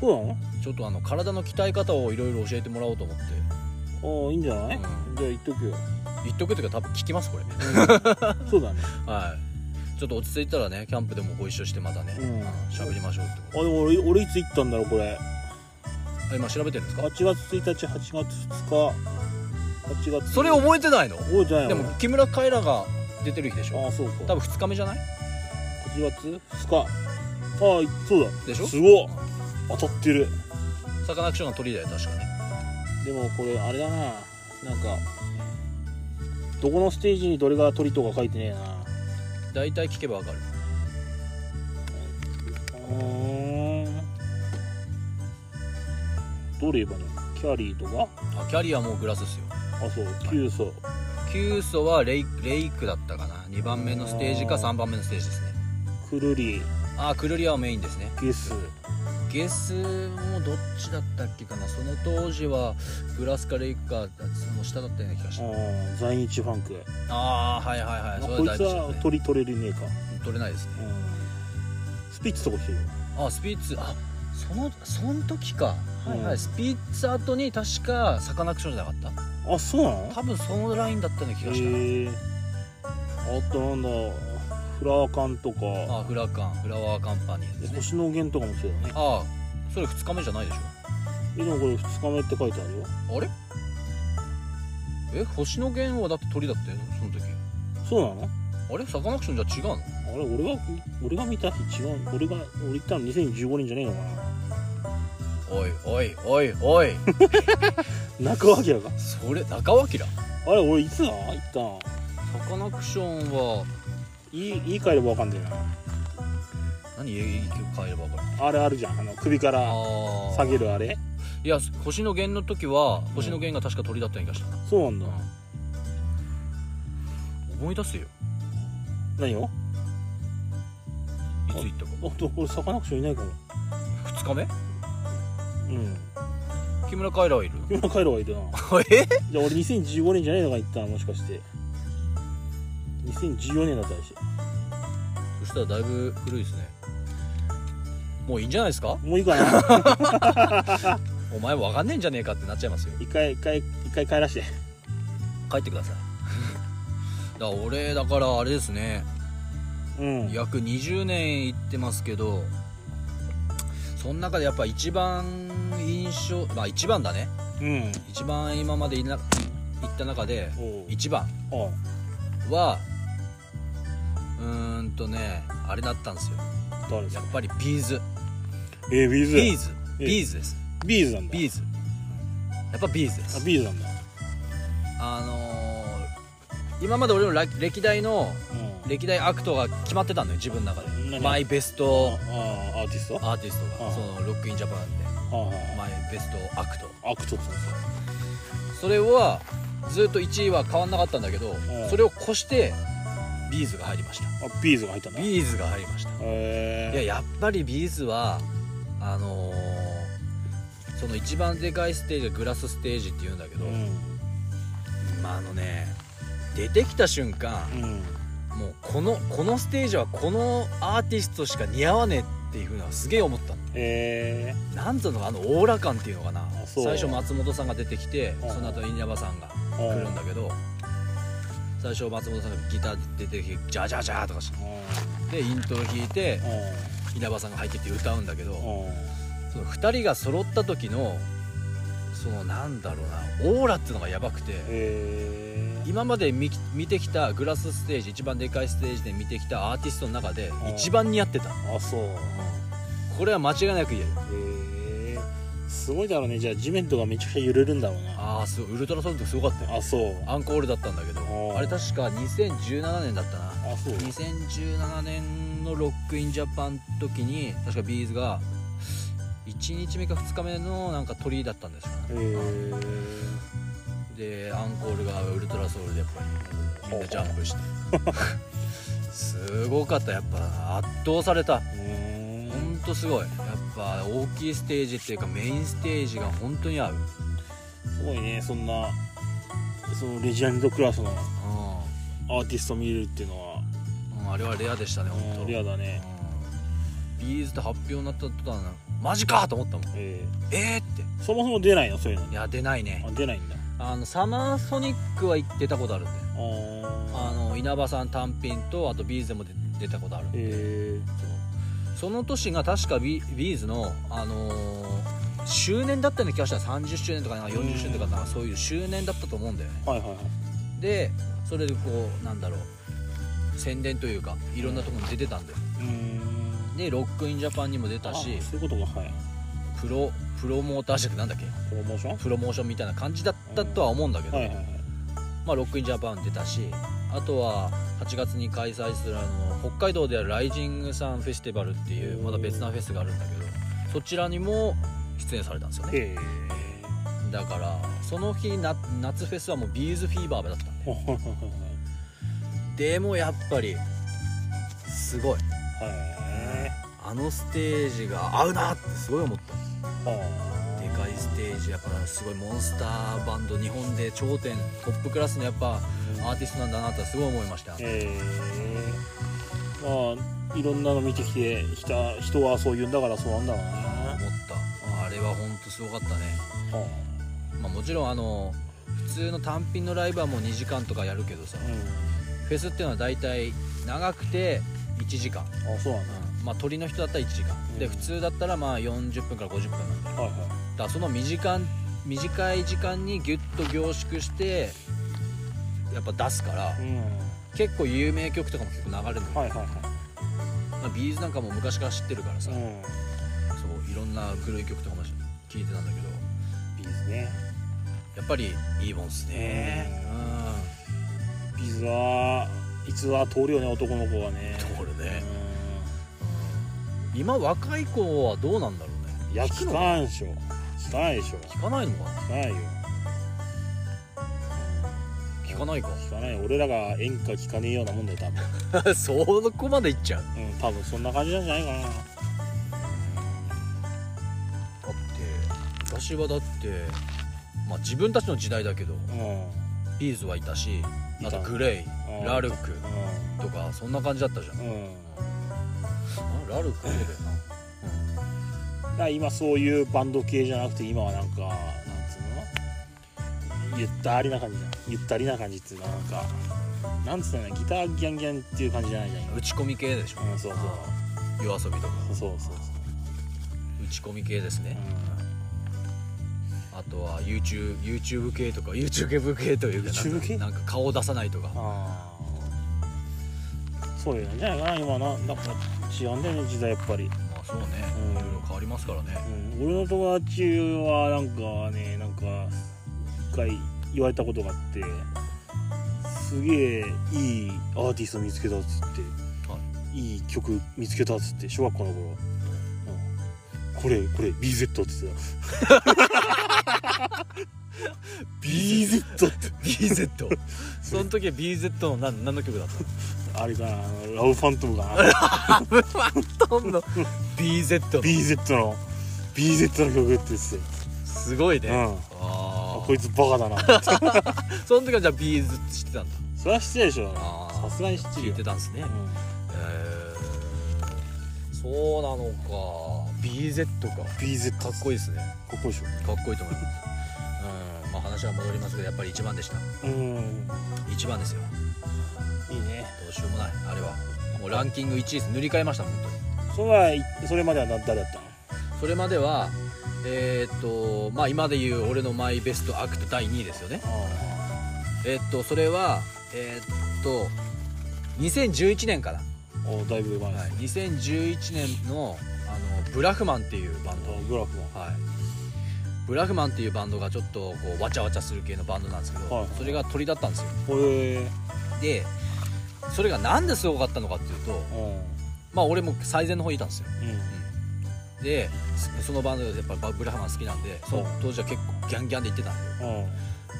S1: そうな
S2: ちょっとあの体の鍛え方をいろいろ教えてもらおうと思って
S1: のああいいんじゃない、
S2: うん
S1: じゃあ言っと くよ、
S2: 言っとくというか多分聞きますこれ
S1: うんそうだね
S2: はいちょっと落ち着いたらねキャンプでもご一緒してまたね
S1: うん
S2: 喋、りましょうって
S1: あでも俺俺いつ行ったんだろうこれ
S2: あ今調べてるんですか
S1: 8月1日8月2日8月
S2: それ覚えてないの
S1: 覚えてない
S2: で
S1: よ
S2: も木村カエラが出てる日でし
S1: あ
S2: ょ
S1: あそうか
S2: 多分2日目じゃない
S1: 8月2日ああいそうだ
S2: でしょ
S1: すごい当たってる
S2: サカナクションの鳥だよ確かね
S1: でもこれあれだななんかどこのステージにどれが鳥とか書いてねえな
S2: 大体聞けばわかる
S1: うーんどれ言えばいいのキャリーとか
S2: あキャリアもうグラスっすよ
S1: あそう急須
S2: 急須はレイレイクだったかな2番目のステージか
S1: あー
S2: 3番目のステージですね
S1: くるり
S2: ああクルリアはメインですね
S1: ゲス
S2: ゲスもどっちだったっけかなその当時はグラスかレイクかその下だったような気が
S1: う
S2: した
S1: ん在日ファンク
S2: ああはいはいはいそれ
S1: こい
S2: はだい
S1: つ
S2: ぶ下
S1: は
S2: ね
S1: 鳥取れるねえか
S2: 取れないですね
S1: スピッツとかしてるよ
S2: あスピッツあそのその時かはいはい、
S1: うん
S2: スピッツ後に確かサカナクションじゃなかっ
S1: あそうな
S2: た
S1: の
S2: 多分そのラインだったような気がした、
S1: へえあとなんだフラワー缶とか
S2: ああフラカンフラワーカンパニーですね
S1: 星野源とかもそうだね
S2: ああそれ2日目じゃないでしょ
S1: えでもこれ2日目って書いてあるよ
S2: あれえ星野源はだって鳥だってその時
S1: そうなの
S2: あれサカナクションじゃ違うの
S1: あれ俺が俺が見た日違う俺が俺行ったの2015年じゃねえのか
S2: おいおいおい おい
S1: な泣くわけやか
S2: それ中脇ら
S1: あれ俺いつだ行ったの
S2: サカナクションは
S1: 言い言い換えればわかんねえ
S2: 何影響変えれば分かる
S1: なあれあるじゃんあの首から
S2: あ
S1: 下
S2: あ
S1: げるあれ
S2: いや星野源の時は星野源が確か鳥だったような気がしたな、
S1: そうなんだ
S2: 思い出すよ
S1: 何を
S2: いつ行ったか
S1: あとこれサカナクションいないかも
S2: 2日目
S1: うん
S2: 木村カエラはいる
S1: 今帰るわいるな
S2: え
S1: じゃあ俺2015年じゃないのか行ったのもしかして2014年だったらしい
S2: そしたらだいぶ古いですねもういいんじゃないですか
S1: もういいか な
S2: お前分かんねえんじゃねえかってなっちゃいますよ
S1: 一回一回一回帰らして
S2: 帰ってくださいだから俺だからあれですね
S1: うん
S2: 約20年行ってますけどその中でやっぱ一番印象まあ一番だね
S1: うん
S2: 一番今までいな行った中で
S1: おう
S2: 一番
S1: おう
S2: はうーんとねあれだったんですよ
S1: 誰です
S2: や
S1: か
S2: っぱりビーズ
S1: えー、ビーズ
S2: ビーズ
S1: ええ
S2: ビーズです
S1: ビーズなんだ
S2: ビーズやっぱビーズで
S1: あ
S2: す
S1: ビーズなんだ
S2: あのー今まで俺の歴歴代の
S1: うん
S2: 歴代アクトが決まってたのよ自分の中で
S1: 何
S2: マイベス
S1: あ
S2: ト
S1: あアーティストあ
S2: アーティストが
S1: うん
S2: そのロックインジャパンで
S1: あ
S2: マイベストアクト
S1: アクトさんです
S2: それはずっと1位は変わんなかったんだけど
S1: ん
S2: それを越してビーズが入りました
S1: あビーズが入ったんだ
S2: ビーズが入りましたいや
S1: へえ
S2: やっぱりビーズはあのーその一番でかいステージグラスステージっていうんだけど、まああのね出てきた瞬間
S1: うんうん
S2: もうこのこのステージはこのアーティストしか似合わねえっていうのはすげえ思ったの
S1: え
S2: なんつうのかあのオーラ感っていうのかな
S1: あそう
S2: 最初松本さんが出てきて
S1: うん
S2: その後稲葉さんが
S1: ー
S2: 来るんだけど最初松本さんがギター出てきてジャジャジャーとかし
S1: うん
S2: てイントロ弾いて
S1: う
S2: 稲葉さんが入ってって歌うんだけど、
S1: んうん
S2: その2人が揃った時のそのなんだろうなオーラっていうのがやばくて
S1: え
S2: 今まで見見てきたグラスステージ一番でかいステージで見てきたアーティストの中で
S1: ん
S2: 一番似合ってた
S1: あそう
S2: これは間違いなく言える
S1: へえすごいだろうねじゃあ地面とかめちゃくちゃ揺れるんだろうな
S2: ああすごいウルトラソウルの時すごかったよ
S1: あそう
S2: アンコールだったんだけど
S1: うん
S2: あれ確か2017年だったな
S1: あそう
S2: 2017年のロックインジャパンの時に確かビーズが1日目か2日目のなんか鳥居だったんですよね
S1: へえ
S2: でアンコールがウルトラソウルでやっぱりみんなジャン プしてすごかったやっぱ圧倒された
S1: うー
S2: ほ
S1: ん
S2: んとすごいやっぱ大きいステージっていうかメインステージが本当に合う、うん、
S1: すごいねそんなそのレジェンドクラスのアーティスト見るっていうのは
S2: うんあれはレアでしたね本
S1: う
S2: 当
S1: んレアだね
S2: うんビーズと発表になった途端マジかと思ったもん
S1: え
S2: えー、って
S1: えそもそも出ないのそういうの
S2: いや出ないね
S1: あ出ないんだ
S2: あのサマーソニックは行ってたことあるんで
S1: あー
S2: あの稲葉さん単品とあとビーズでも出出たことあるんで
S1: え
S2: その年が確かビビーズの、あのー周年だったような気がした30周年とかなんか40周年とかなんかそういう周年だったと思うんだよね
S1: えはいはいはい
S2: でそれでこうなんだろう宣伝というかいろんなところに出てたんだよ
S1: うーん
S2: でロックインジャパンにも出た
S1: あ
S2: し
S1: そういうことがはい
S2: プロプロモーターじゃなくてなんだっけ
S1: プロモーション
S2: プロモーションみたいな感じだったとは思うんだけど、
S1: はいはいはい
S2: まあ、ロックインジャパン出たしあとは8月に開催するあの北海道であるライジングサンフェスティバルっていうまた別なフェスがあるんだけどそちらにも出演されたんで すよね
S1: ええ
S2: だからその日な夏フェスはもうビーズフィーバーだったん
S1: はいはいはい
S2: ででもやっぱりすごい
S1: はい
S2: あのステージが合うなってすごい思った
S1: は
S2: でかいステージやっぱすごいモンスターバンド日本で頂点トップクラスのやっぱアーティストなんだなってすごい思いました
S1: ええまあいろんなの見てきてきた人はそう言うんだからそうなんだろうな
S2: 思ったあれは本当すごかったね、
S1: は
S2: まあ、もちろんあの普通の単品のライブはもう2時間とかやるけどさ
S1: あう
S2: フェスっていうのは大体長くて1時間、
S1: んあそうなんだ
S2: うんまあ鳥の人だったら1時間、
S1: うん
S2: で普通だったらまあ40分から50分なんだよ
S1: はいは
S2: だからその短い短い時間にギュッと凝縮してやっぱ出すから、
S1: いうん
S2: 結構有名曲とかも結構流れるのよ、
S1: はいはいは
S2: まあ、ビーズなんかも昔から知ってるからさ、
S1: いうん
S2: そういろんな古い曲とかも聞いてたんだけど
S1: ビーズね
S2: やっぱりいいもんっすね
S1: ビーズはいつは通るよね男の子はね
S2: 通るね
S1: う
S2: 今若い子はどうなんだろうね
S1: んいや聞
S2: 聞くの
S1: かんでしょ聞かないでしょ
S2: 聞かないのかな
S1: 聞かないよ
S2: 聞かない
S1: 聞かないよ俺らが演歌聞かねえようなもんだよ多分
S2: か そこまでいっちゃうだ
S1: うん多分そんな感じなんじゃないかな
S2: って私はだってまあ自分たちの時代だけど
S1: うん
S2: ビーズはいたし
S1: い
S2: あ
S1: た
S2: とグレ
S1: う
S2: イ
S1: ん
S2: ラルクとかそんな感じだったじゃん
S1: うんうん
S2: あラルクそうだよな、
S1: だから今そういうバンド系じゃなくて今はなんかなんつうのゆったりな感じじゃんゆったりな感じっていうかなんかなんつうのかなギターギャンギャンっていう感じじゃないじゃん
S2: うん打ち込み系でしょ
S1: 今うんそう
S2: 夜
S1: そ
S2: 遊びとか
S1: うそうそうそう
S2: 打ち込み系ですね、あとは YouTube, YouTube 系とか YouTube 系というかなん
S1: YouTube
S2: か
S1: 系
S2: なんか顔を出さないとか
S1: ああそういうのじゃないかな今ななんか違うんだよね時代やっぱり、
S2: まあそうね
S1: うん
S2: いろいろ変わりま すからね
S1: うん、俺の友達はなんかねなんか一回言われたことがあってすすげえいいアーティスト見つけたっつって、、
S2: はい
S1: い曲見つけたっつって小学校の頃、うんこれこれ BZ って言ってた BZ って
S2: BZ その時は BZ の何何の曲だったの
S1: あれかなラブファントムかな
S2: ファントムの BZ の
S1: BZ の BZ の曲って言って
S2: すごい
S1: て、
S2: ね、
S1: うん、
S2: あ
S1: あ
S2: あ
S1: こいつバカだなって
S2: その時はじゃあ BZ 知ってたんだ
S1: それは失礼でしょ
S2: あー
S1: さすがに知ってる
S2: 聞い
S1: よ
S2: てたんですね、
S1: うん
S2: えーそうなのか BZ か
S1: BZ
S2: かっこいいですね
S1: かっこいいでし
S2: かっこいいと思い ますうんまあ話は戻りますけどやっぱり一番でした
S1: ょうん
S2: 一番ですよ
S1: いいね
S2: どうしようもないあれはもうランキング1位です塗り替えました本当に
S1: それはいそれまではな誰だったの
S2: それまではえーっとまあ今で言う俺のマイベストアクト第2位ですよね
S1: あ
S2: えーっとそれはえーっと2011年から、
S1: あおだいぶ前です
S2: はい
S1: ね、、
S2: 2011年のあのブラフマンっていうバンド
S1: あブラックマン
S2: はい、ブラフマンっていうバンドがちょっとこうわちゃわちゃする系のバンドなんですけど、
S1: はいはい
S2: それが鳥だったんですよ
S1: これ
S2: でそれがなんですごかったのかっていうと
S1: うんうん
S2: まあ俺も最善の方にいたんですよでそそのバンドでやっぱりブラフマン好きなんでその当時は結構ギャンギャンで行ってたんで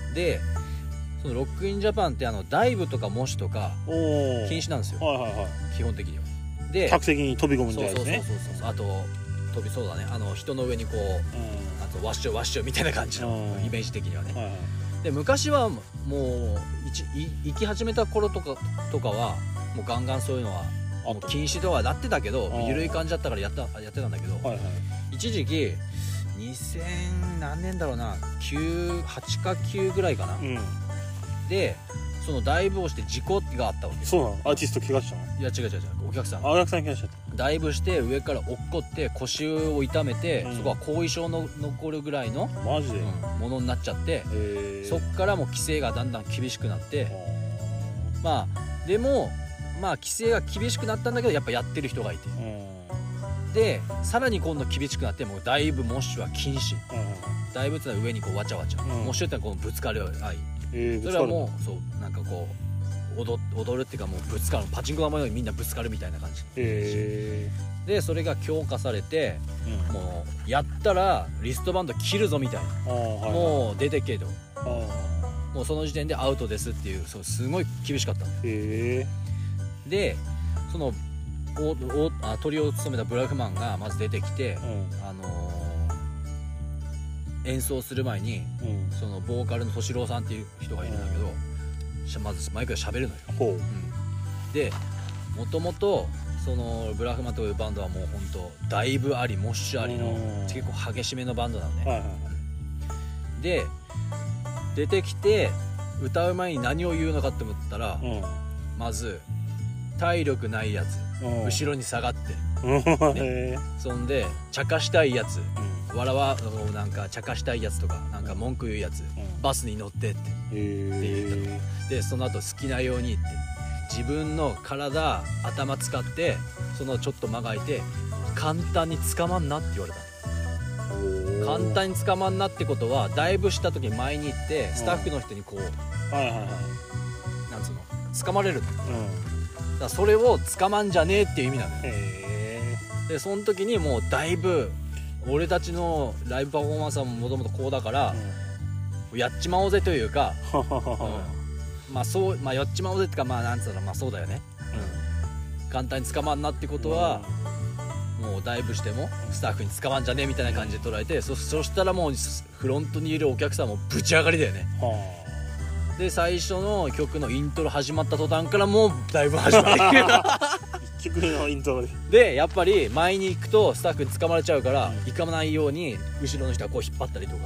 S1: うん
S2: でそのロックインジャパンってあのダイブとか模試とか
S1: おお
S2: 禁止なんですよ
S1: はいはいは
S2: 基本的にはで
S1: い客席に飛び込むみ
S2: そ
S1: た
S2: う
S1: い
S2: そう
S1: で
S2: そう
S1: す
S2: そう
S1: ね
S2: そうあと飛びそうだねあの人の上にこうあとワッショイワッショイみたいな感じの
S1: うん
S2: イメージ的にはね
S1: うんはいはい
S2: で昔はもういちい行き始めた頃とかとかはもうガンガンそういうのは
S1: あ
S2: もう禁止とはなってたけど
S1: あー
S2: 緩い感じだったからやったやってたんだけど、
S1: はいはい
S2: 一時期2000何年だろうな98か9ぐらいかな、
S1: うん
S2: でそのダイブをして事故があったわけ
S1: そうなのアーティスト怪我したの
S2: いや違う違う違うお客さん
S1: あお客さん怪我しちゃっ
S2: ダイブして上から落っこって腰を痛めて、
S1: うん
S2: そこは後遺症の残るぐらいの、
S1: たマジで、
S2: うんものになっちゃって、
S1: えー、
S2: そっからもう規制がだんだん厳しくなって、
S1: あ
S2: まあでもまあ規制が厳しくなったんだけどやっぱやってる人がいて
S1: ーうん
S2: でさらに今度厳しくなってもうだいぶモッシュは禁止
S1: うん
S2: だいぶってのは上にこうわちゃわちゃ、
S1: ん
S2: モッシュってのはこうぶつかる愛
S1: えー、
S2: そ
S1: ぶつ
S2: れ
S1: か
S2: は
S1: る
S2: もうそうなんかこう踊踊るっていうかもうぶつかるパチンコ玉のようにみんなぶつかるみたいな感じ
S1: え
S2: でそれが強化されて
S1: ーうん、あ
S2: もうやったらリストバンド切るぞみたい
S1: あー
S2: な
S1: はいはい
S2: もう出てけど
S1: あ
S2: もうその時点でアウトですっていうそうすごい厳しかった
S1: ーえ
S2: でそのおおあ鳥を務めたブラックマンがまず出てきて
S1: ー、、うん
S2: あのー演奏する前に
S1: うん
S2: そのボーカルの敏郎さんっていう人がいるんだけど、しゃまずマイクで喋るのよ、
S1: ほう
S2: でもともとそのブラックマンというバンドはもうほんとだいぶありモッシュありの
S1: うん
S2: 結構激しめのバンドなのね
S1: はいはいはい
S2: で出てきて歌う前に何を言うのかって思ったら、
S1: う
S2: まず体力ないやつ
S1: んうん
S2: 後ろに下がって
S1: うんへー
S2: そんで茶化したいやつ
S1: うん
S2: わらわなんか茶化したいやつとかなんか文句言うやつ
S1: うん
S2: バスに乗ってって
S1: え
S2: でその後好きなようにって自分の体頭使ってそのちょっと間が空いて簡単に捕まんなって言われた
S1: ー
S2: 簡単に捕まんなってことはダイブした時に前に行ってスタッフの人にこう
S1: はいはいはい
S2: なんつうの捕まれるのだか
S1: うん
S2: らそれを捕まんじゃねえっていう意味なのよ
S1: え
S2: でその時にもうだいぶ俺たちのライブパフォーマンスはもともとこうだから、やっちまおうぜというか、
S1: はははは
S2: まあそうまあやっちまおうぜってかまあなんつうのまあそうだよね簡単に捕まんなってことは、もうダイブしてもスタッフに捕まんじゃねえみたいな感じで捉えて、そそしたらもうフロントにいるお客さんもぶち上がりだよね
S1: うんは
S2: で最初の曲のイントロ始まった途端からもうダイブ始まる
S1: あ一曲目のイントロで
S2: でやっぱり前に行くとスタッフに捕まれちゃうから、
S1: うん
S2: 行かないように後ろの人はこう引っ張ったりとか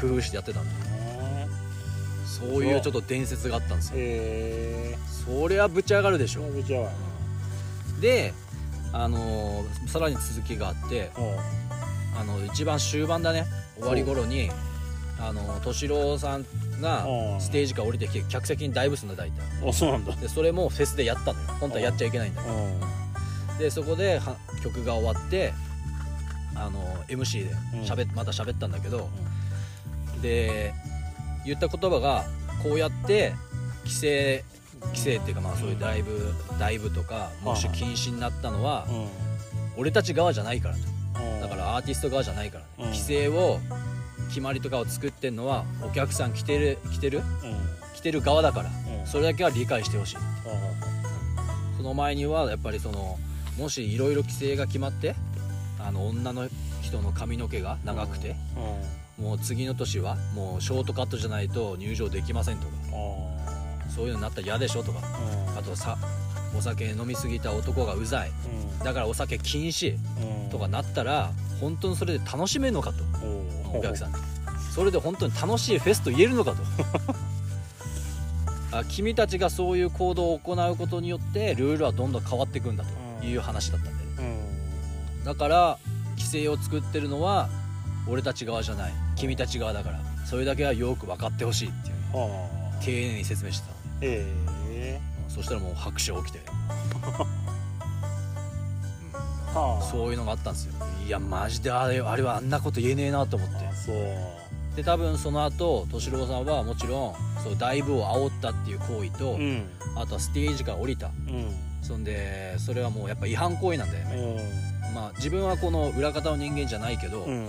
S2: 工夫してやってたんだそういうちょっと伝説があったんですよ
S1: え
S2: そりゃぶち上がるでし
S1: ー
S2: ょ
S1: めちゃ
S2: であのーさらに続きがあってあの一番終盤だね終わり頃にあの敏郎さんが
S1: うん
S2: ステージから降りてきて客席にダイブするんだ大体
S1: あそうなんだ
S2: でそれもフェスでやったのよ本当はやっちゃいけないんだけ
S1: うん
S2: どでそこでは曲が終わってあの MC で
S1: うん
S2: しゃべまた喋ったんだけどで言った言葉がこうやって規制規制っていうかまあそういうライブライブとか
S1: はい
S2: もし禁止になったのは
S1: うん
S2: 俺たち側じゃないからと
S1: うん
S2: だからアーティスト側じゃないからね
S1: うん
S2: 規制を決まりとかを作ってんのはお客さん来てる来てる
S1: うん
S2: 来てる側だから
S1: うん
S2: それだけは理解してほしい
S1: あ
S2: その前にはやっぱりそのもしいろいろ規制が決まってあの女の人の髪の毛が
S1: あ
S2: 長くて、
S1: うんあ
S2: もう次の年はもうショートカットじゃないと入場できませんとか
S1: あ
S2: そういうのになったら嫌でしょとか
S1: うん
S2: あとさお酒飲みすぎた男がうざいだからお酒禁止
S1: うん
S2: とかなったら本当にそれで楽しめるのかと
S1: お
S2: お客さ
S1: ん
S2: んそれで本当に楽しいフェスと言えるのかと あ君たちがそういう行動を行うことによってルールはどんどん変わっていくんだという話だったんだよね
S1: うん
S2: だから規制を作ってるのは俺たち側じゃない君たち側だからそれだけはよく分かってほしいっていうね
S1: はあ
S2: 丁寧に説明してたの
S1: ええ
S2: うんそしたらもう拍手起きて、
S1: はあ
S2: そういうのがあったんですよいやマジであれあれはあんなこと言えねえなと思って
S1: あそう
S2: で多分その後敏郎さんはもちろんそうだいぶを煽ったっていう行為と、
S1: うん
S2: あとはステージから降りた
S1: うん
S2: そんでそれはもうやっぱ違反行為なんだよね、まあ自分はこの裏方の人間じゃないけど、
S1: うんうん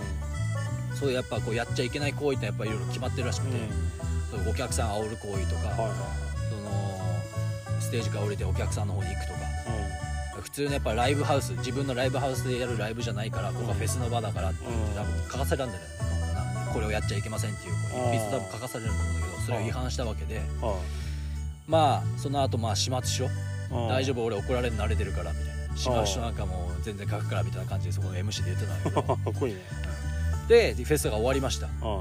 S2: そういうやっぱこうやっちゃいけない行為ってやっぱいろいろ決まってるらしくて、そうお客さん煽る行為とか、
S1: はい
S2: そのステージから降りてお客さんの方に行くとか
S1: は
S2: 普通のやっぱライブハウス自分のライブハウスでやるライブじゃないからここはフェスの場だからって言って多分書かされたんだよねなこれをやっちゃいけませんっていうこう一筆多分書かされると思うんだけどそれを違反したわけで
S1: いは
S2: まあその後まあ始末書
S1: いうん
S2: 大丈夫俺怒られるの慣れてるからみたいな始末書なんかもう全然書くからみたいな感じでそこの MC で言ってたんだけど
S1: かっこいいね
S2: でフェスが終わりましただ
S1: うんう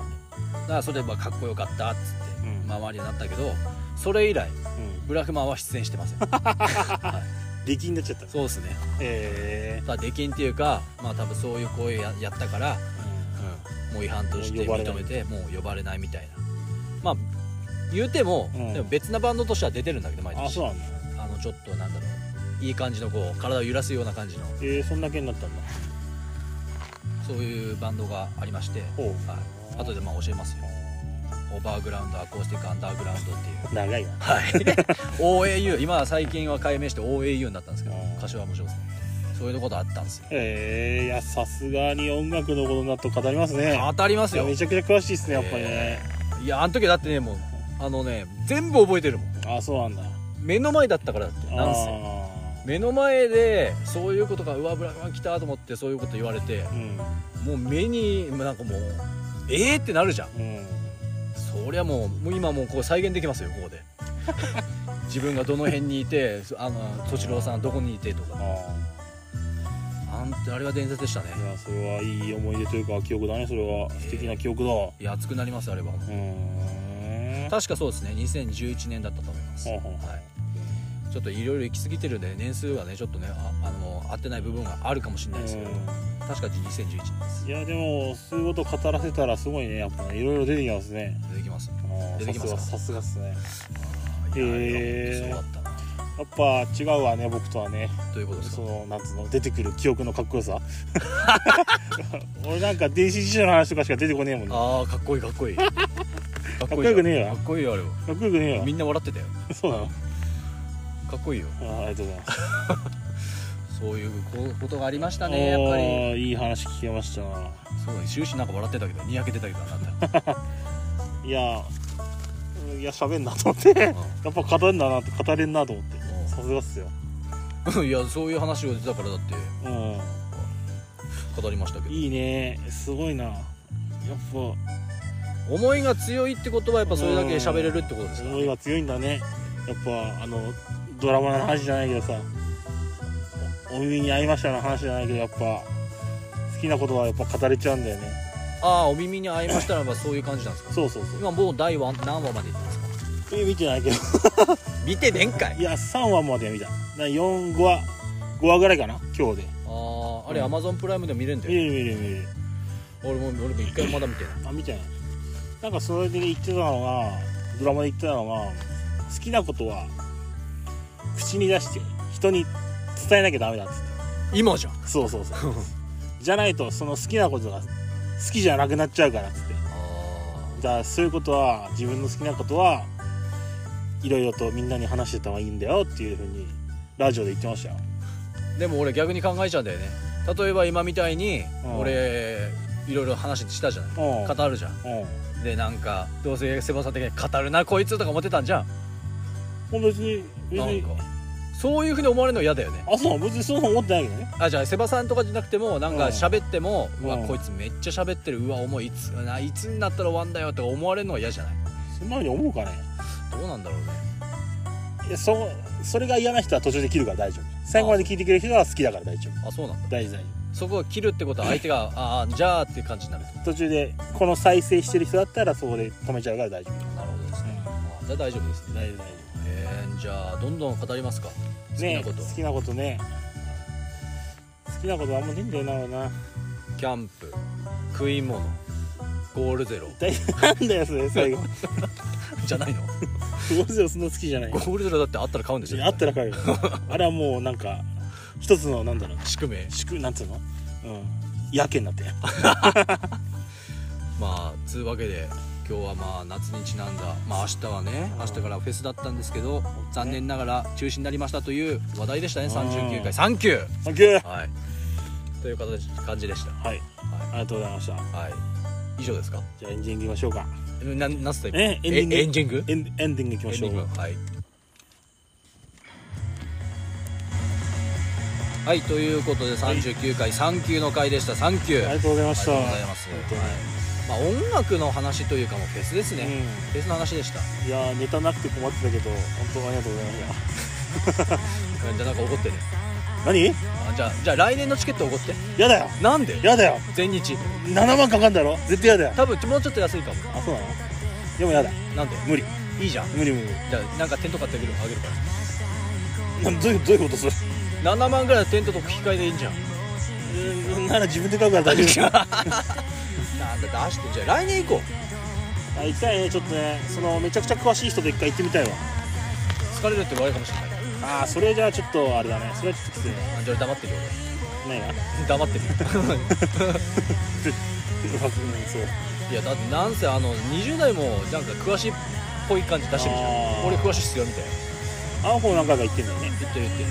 S1: ん
S2: からそれでまあかっこよかったっつって
S1: うん
S2: 周りになったけどそれ以来ブラフマンは出演してま せんはい
S1: 出禁になっちゃった
S2: そうですね
S1: え
S2: まあできんっていうかまあ多分そういう行為ややったから
S1: え
S2: もう違反として
S1: もう呼ばれない
S2: 認めてもう呼ばれないみたいなまあ言うても,、
S1: うん
S2: でも別なバンドとしては出てるんだけど毎
S1: あ
S2: 年
S1: そうなんだ
S2: あのちょっとなんだろういい感じのこう体を揺らすような感じの
S1: ええそんだけになったんだ
S2: そういうバンドがありまして、
S1: ほう
S2: はい、後でまあ教えますよオーバーグラウンドアコースティックアンダーグラウンドっていう
S1: 長いな
S2: はい OAU 今は最近は改名して OAU になったんですけど
S1: うん
S2: 柏も上手そういうことあったんですよ
S1: ええいやさすがに音楽のことなと語りますね
S2: 当たります
S1: いや
S2: よ
S1: めちゃくちゃ詳しいですねやっぱりね、
S2: いやあの時だってねもうあのね全部覚えてるもん
S1: あそうなんだ
S2: 目の前だったからだってなんせ
S1: あー
S2: 目の前でそういうことがうわブラフマン来たと思ってそういうこと言われて
S1: うん
S2: もう目にもうなんかもうええー、ってなるじゃん
S1: うん
S2: そりゃもうもう今もうこう再現できますよこ こで自分がどの辺にいてあの敏郎さんどこにいてと
S1: あ
S2: か
S1: あ
S2: あんあれは伝説でしたね
S1: いやそれはいい思い出というか記憶だねそれは素敵な記憶だう
S2: いや熱くなりますあれは
S1: ーん
S2: 確かそうですね2011年だったと思います、
S1: ほ
S2: は
S1: うほう
S2: い、ちょっといろいろ行き過ぎてるんで年数はねちょっとねああの合ってない部分があるかもしれないですけど
S1: う
S2: 確か2011年です
S1: んいやでもそういうこと語らせたらすごいねやっぱねいろいろ出てきますね
S2: 出てきます
S1: あー
S2: 出てきますか
S1: さすがさすがっすね
S2: いやー、
S1: へー
S2: そうだったな
S1: やっぱ違うわね僕とはね
S2: ということです
S1: そ
S2: か
S1: のなんつうの出てくる記憶のかっこよ さ俺なんか電子辞書の話とかしか出てこねえもんね
S2: ああかっこいいかっ こいいかっこ
S1: かっこよくねえ
S2: か
S1: わ
S2: っこいいよあれは
S1: かっこよくねえ
S2: みんな笑ってたよ
S1: わそうなの
S2: かっこいいよ
S1: あーありがとうございます
S2: そういうこことがありました
S1: あ
S2: ねやっぱり
S1: ーいい話聞けましたな
S2: そう終始なんか笑ってたけどにやけてたけどなんだろ
S1: いやうんいや喋んなと思って やっ
S2: う
S1: ぱ語るんだなと語れんなと思って
S2: うん
S1: さすがっすよ
S2: うんいやそういう話をだからだって
S1: う
S2: 語りましたけ
S1: ん
S2: ど
S1: いいねすごいなやっぱ
S2: 思いが強いってことはやっぱそれだけ喋れるってことですか
S1: 思いが強いんだねやっぱあのドラマの話じゃないけどさおお耳に合いましたの話じゃないけどやっぱ好きなことはやっぱ語れちゃうんだよね
S2: ああお耳に合いましたらばそういう感じなんですか
S1: そうそうそう
S2: 今もう第ワン何話までいってますか
S1: え見てないけど
S2: 見てねんかい
S1: いや3話までは見た45話5話ぐらいかな今日で
S2: あああれ
S1: うん
S2: アマゾンプライムでも見れるんだ
S1: 見
S2: よ
S1: れる見れる見れる
S2: 俺も俺も一回もまだ見てない
S1: あ見てないなんかそれで言ってたのがドラマで言ってたのが好きなことは口に出して人に伝えなきゃダメだっつって
S2: 今じゃん
S1: そうそうそうじゃないとその好きなことが好きじゃなくなっちゃうからっつって
S2: あ
S1: だからそういうことは自分の好きなことはいろいろとみんなに話してた方がいいんだよっていうふうにラジオで言ってましたよ
S2: でも俺逆に考えちゃうんだよね例えば今みたいに
S1: うん
S2: 俺いろいろ話したじゃない
S1: うん
S2: 語るじゃん
S1: うん
S2: でなんかどうせセバさん的に語るなこいつとか思ってたんじゃん
S1: ほん別に別
S2: なん
S1: に
S2: かそういうふうに思われるの嫌だよね
S1: あそう別にそんな思ってないけどね
S2: あじゃあセバさんとかじゃなくてもなんか
S1: うん
S2: 喋っても、うわ
S1: うん
S2: こいつめっちゃ喋ってるうわ重いいつないつになったら終わんだよとか思われるのは嫌じゃない
S1: そんなふうに思うかね
S2: どうなんだろうね
S1: いやそそれが嫌な人は途中で切るから大丈夫最後まで聞いてくれる人は好きだから大丈夫
S2: あそうなんだ
S1: 大事大丈
S2: そこを切るってことは相手 がああじゃあっていう感じになる
S1: 夫途中でこの再生してる人だったらそこで止めちゃうから大丈夫
S2: なるほどですねあじゃあ大丈夫ですね
S1: 大丈夫大丈
S2: えー、じゃあどんどん語りますか好
S1: 夫
S2: きな
S1: ね
S2: こと、
S1: 好きなことね好きなことあんまねえんだよな俺な
S2: キャンプ食い物ゴール ゼロ
S1: 大なんだよそれ最後
S2: じゃないの
S1: ゴールゼロそんな好きじゃない
S2: ゴールゼロだってあったら買うんでしょ
S1: あったら 買うよあれはもうなんか一つのなんだろう
S2: 宿命
S1: 宿なんつうのうんやけにな って
S2: まあつうわけで今日はまあ夏にちなんだまあ明日はね
S1: うん
S2: 明日からフェスだったんですけど残念ながら中止になりましたという話題でしたね39回サンキュー
S1: サンキュー
S2: はいという形感じでした
S1: はいありがとうございました
S2: はい以上ですか
S1: じゃあエンディングいきましょうか
S2: ななんつった今
S1: えエンディング
S2: エンディング
S1: エンエンディングいきま
S2: エン
S1: し
S2: デ
S1: ょ
S2: ィン
S1: う
S2: グはいはいということで39回3級の回でした3級
S1: あ
S2: あ
S1: り
S2: り
S1: がとうございま
S2: が
S1: し
S2: と
S1: た
S2: うございます、
S1: 本当に
S2: はいまあ、音楽の話というかもうフェスですね、フェスの話でした
S1: うんいやーネタなくて困ってたけど本当ありがとうございまし
S2: じゃあなんか怒ってね
S1: た何
S2: あじゃあじゃあ来年のチケット怒って
S1: やだよ
S2: なんで
S1: やだよ
S2: 全日
S1: 7万かかんだろ絶対やだよ
S2: 多分もうちょっと安いかも
S1: あそうなのでもやだ
S2: なんで
S1: 無理
S2: いいじゃん
S1: 無理無理
S2: じゃあなんかテント買ってあげるあげるか
S1: 無理などういうどういうことする
S2: ら7万ぐらいのテントと引き換えでいいんじゃん
S1: うんなら自分で買うから大丈夫
S2: なんだ出してじゃあ来年行こう
S1: あ行きたいねちょっとねそのめちゃくちゃ詳しい人と一回行ってみたいわ
S2: 疲れるって言われるかもしれない
S1: ああそれじゃあちょっとあれだねそれはちょっときついね
S2: あじゃあ黙ってるよ俺
S1: ないな
S2: 黙ってる
S1: そ う
S2: いやだってなんせあの20代もなんか詳しいっぽい感じ出してるじゃ
S1: あ
S2: ん
S1: ー
S2: 俺詳しいっすよみたいな
S1: 青方なんかが行ってんだよね
S2: 言ってる言ってる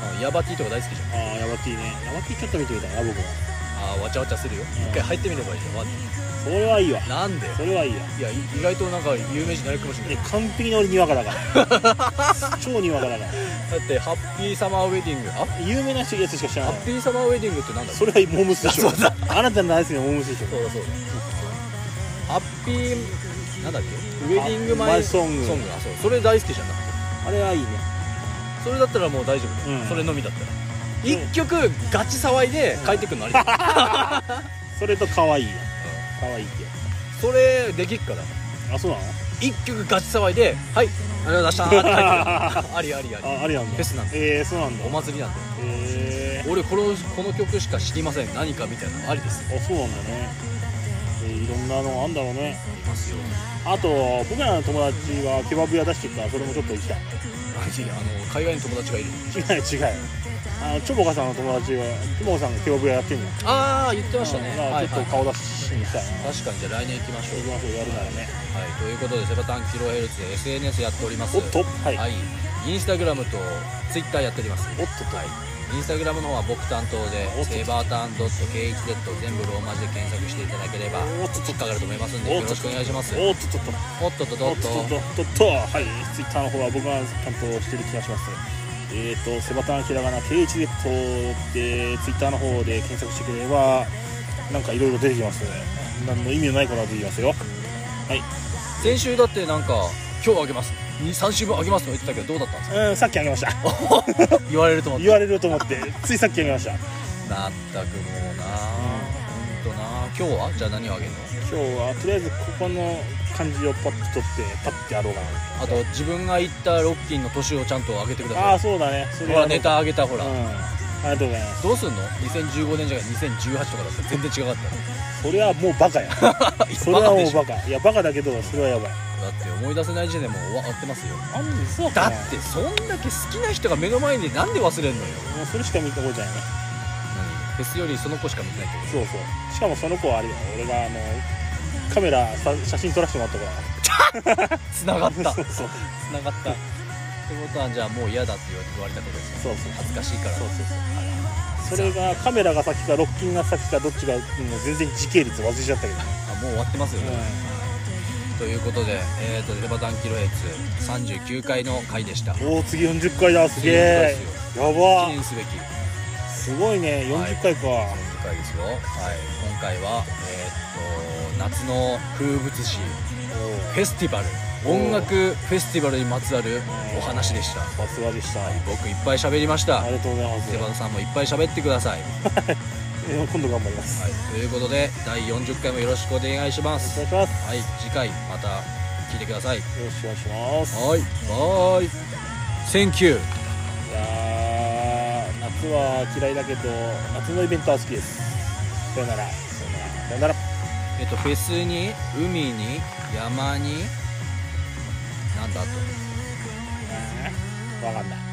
S2: あのヤバティとか大好きじゃん
S1: ああヤバティねヤバティちょっと見てみたいな僕は
S2: あーわちゃわちゃするよ
S1: うん
S2: 一回入ってみればいいじゃんわ
S1: それはいいわ
S2: なんで
S1: それはいいわ
S2: いやい意外となんか有名人になれるかもしれない
S1: え完璧な俺にわかだから 超にわかだから
S2: だってハッピーサマーウェディングあハ
S1: 有名な人やつしか知らない
S2: ッピーサマーウェディングってなんだろう
S1: それはモームスでしょ
S2: あそうだ
S1: あなたの大好きなモームスでしょ
S2: そうだそうだハッピーなんだっけウェディングマ
S1: マ
S2: イ
S1: イソング
S2: ソングあそうそれ大好きじゃんだって
S1: あれはいいね
S2: それだったらもう大丈夫だよ、
S1: うん
S2: それのみだったら一曲ガチ騒いで帰ってくるのありだよ、
S1: それと可愛いわ可愛いって
S2: それできっから
S1: あそうなの
S2: 一曲ガチ騒いで「はいありがとうございました」って帰ってくるありありあり
S1: ああれなんだ
S2: フェスなんだ
S1: ええそうなんだ
S2: お祭りなんで
S1: え
S2: 俺このこの曲しか知りません何かみたいなのありです
S1: えあそうなんだねえーいろんなのあんだろうね
S2: ありますよ
S1: あと僕らの友達はケバブ屋出してるからそれもちょっと行きたい
S2: 何あの海外の友達がいる
S1: 違う違うあのチョボカさんの友達はチョボカさんがケバブ屋やってんのよ
S2: ああ言ってましたね、
S1: だから
S2: はい
S1: ち
S2: は
S1: ょっ
S2: い
S1: と顔出しにしたいな
S2: 確かにじゃあ来年行きましょう
S1: 行きましょうやるならね
S2: はいということでセバタンキロヘルツで SNS やっております
S1: おっとはい、
S2: はい、インスタグラムとツイッターやっております
S1: おっとと
S2: インスタグラムの方は僕担当
S1: お
S2: で
S1: っと
S2: セーバータン .khz 全部ローマ字で検索していただければ
S1: おっとっと
S2: 引っかかると思いますんで
S1: お
S2: よ
S1: っとっと
S2: ろしくお願いしますおっ
S1: おっとっとっと
S2: とっと
S1: お
S2: ど
S1: っ
S2: っ
S1: とっとっ
S2: と
S1: とっとはいツイッターの方は僕が担当してる気がしますえっ、ー、とセバタンひらがな KHZ でツイッターの方で検索してくれればなんかいろいろ出てきますね何の意味のないことが出てきますよ
S2: 先週だってなんか今日あげます3週分あげますと言ってたけどどうだったんです
S1: うんさっきあげました
S2: か言われると思って
S1: 言われると思ってついさっきあげました
S2: まったくもうなほんとな今日はじゃあ何をあげるの
S1: 今日はとりあえずここの漢字をパッと取ってパッてやろうか
S2: あと自分が行ったロッキンの年をちゃんとあげてくだ
S1: なあ
S2: さ
S1: あそうだねそ
S2: い
S1: れ
S2: ほらネタあげたほ
S1: う
S2: ら、
S1: んありがとうございます
S2: どうすんの2015年じゃない2018とかだったら全然違かった
S1: それはもうバカや それ
S2: バ
S1: は
S2: カ
S1: も
S2: で
S1: う
S2: しょ
S1: バカいやバカだけどそれはやばい
S2: だって思い出せない時点でもう終わってますよ
S1: あんそう
S2: だってそんだけ好きな人が目の前になんで忘れんのよ
S1: もうそれしか見たことじゃないね
S2: 何フェスよりその子しか見てないってこ
S1: そうそうしかもその子はあれだよ俺があのカメラさ写真撮らせてもらったから
S2: つながったつ
S1: そうそう
S2: ながったってことはじゃあもう嫌だって言われ言われたことです
S1: そう
S2: ね
S1: そう
S2: 恥ずかしいから
S1: そうそうそう
S2: そ
S1: それがカメラが先かロッキンが先かどっちが、うん全然時系列忘れちゃったけどね、
S2: あもう終わってますよね、ということで、えー、とレバダンキロヘッツ39回の回でした
S1: おお次40回だすげえ
S2: 次40回です
S1: や
S2: よ
S1: ば
S2: 記念すべき
S1: すごいね40回か、
S2: 40回ですよ、はい、今回は、えー、と夏の風物詩フェスティバル
S1: おー
S2: 音楽フェスティバルにまつわるお話でした
S1: おおさすがでした、
S2: 僕いっぱい喋りました
S1: ありがとうございます
S2: レバダさんもいっぱい喋ってください、は
S1: えー今度頑張ります、
S2: い、ということで第40回もよろしくお願いしま
S1: お
S2: す
S1: 願いします
S2: はい次回また聞いてください
S1: よろしくお願いします
S2: はいバイセンキ
S1: い
S2: ュー
S1: やー夏は嫌いだけど夏のイベントは好きですさよならさよならさよなら
S2: えっとフェスに海に山になんだあと
S1: あーわかんない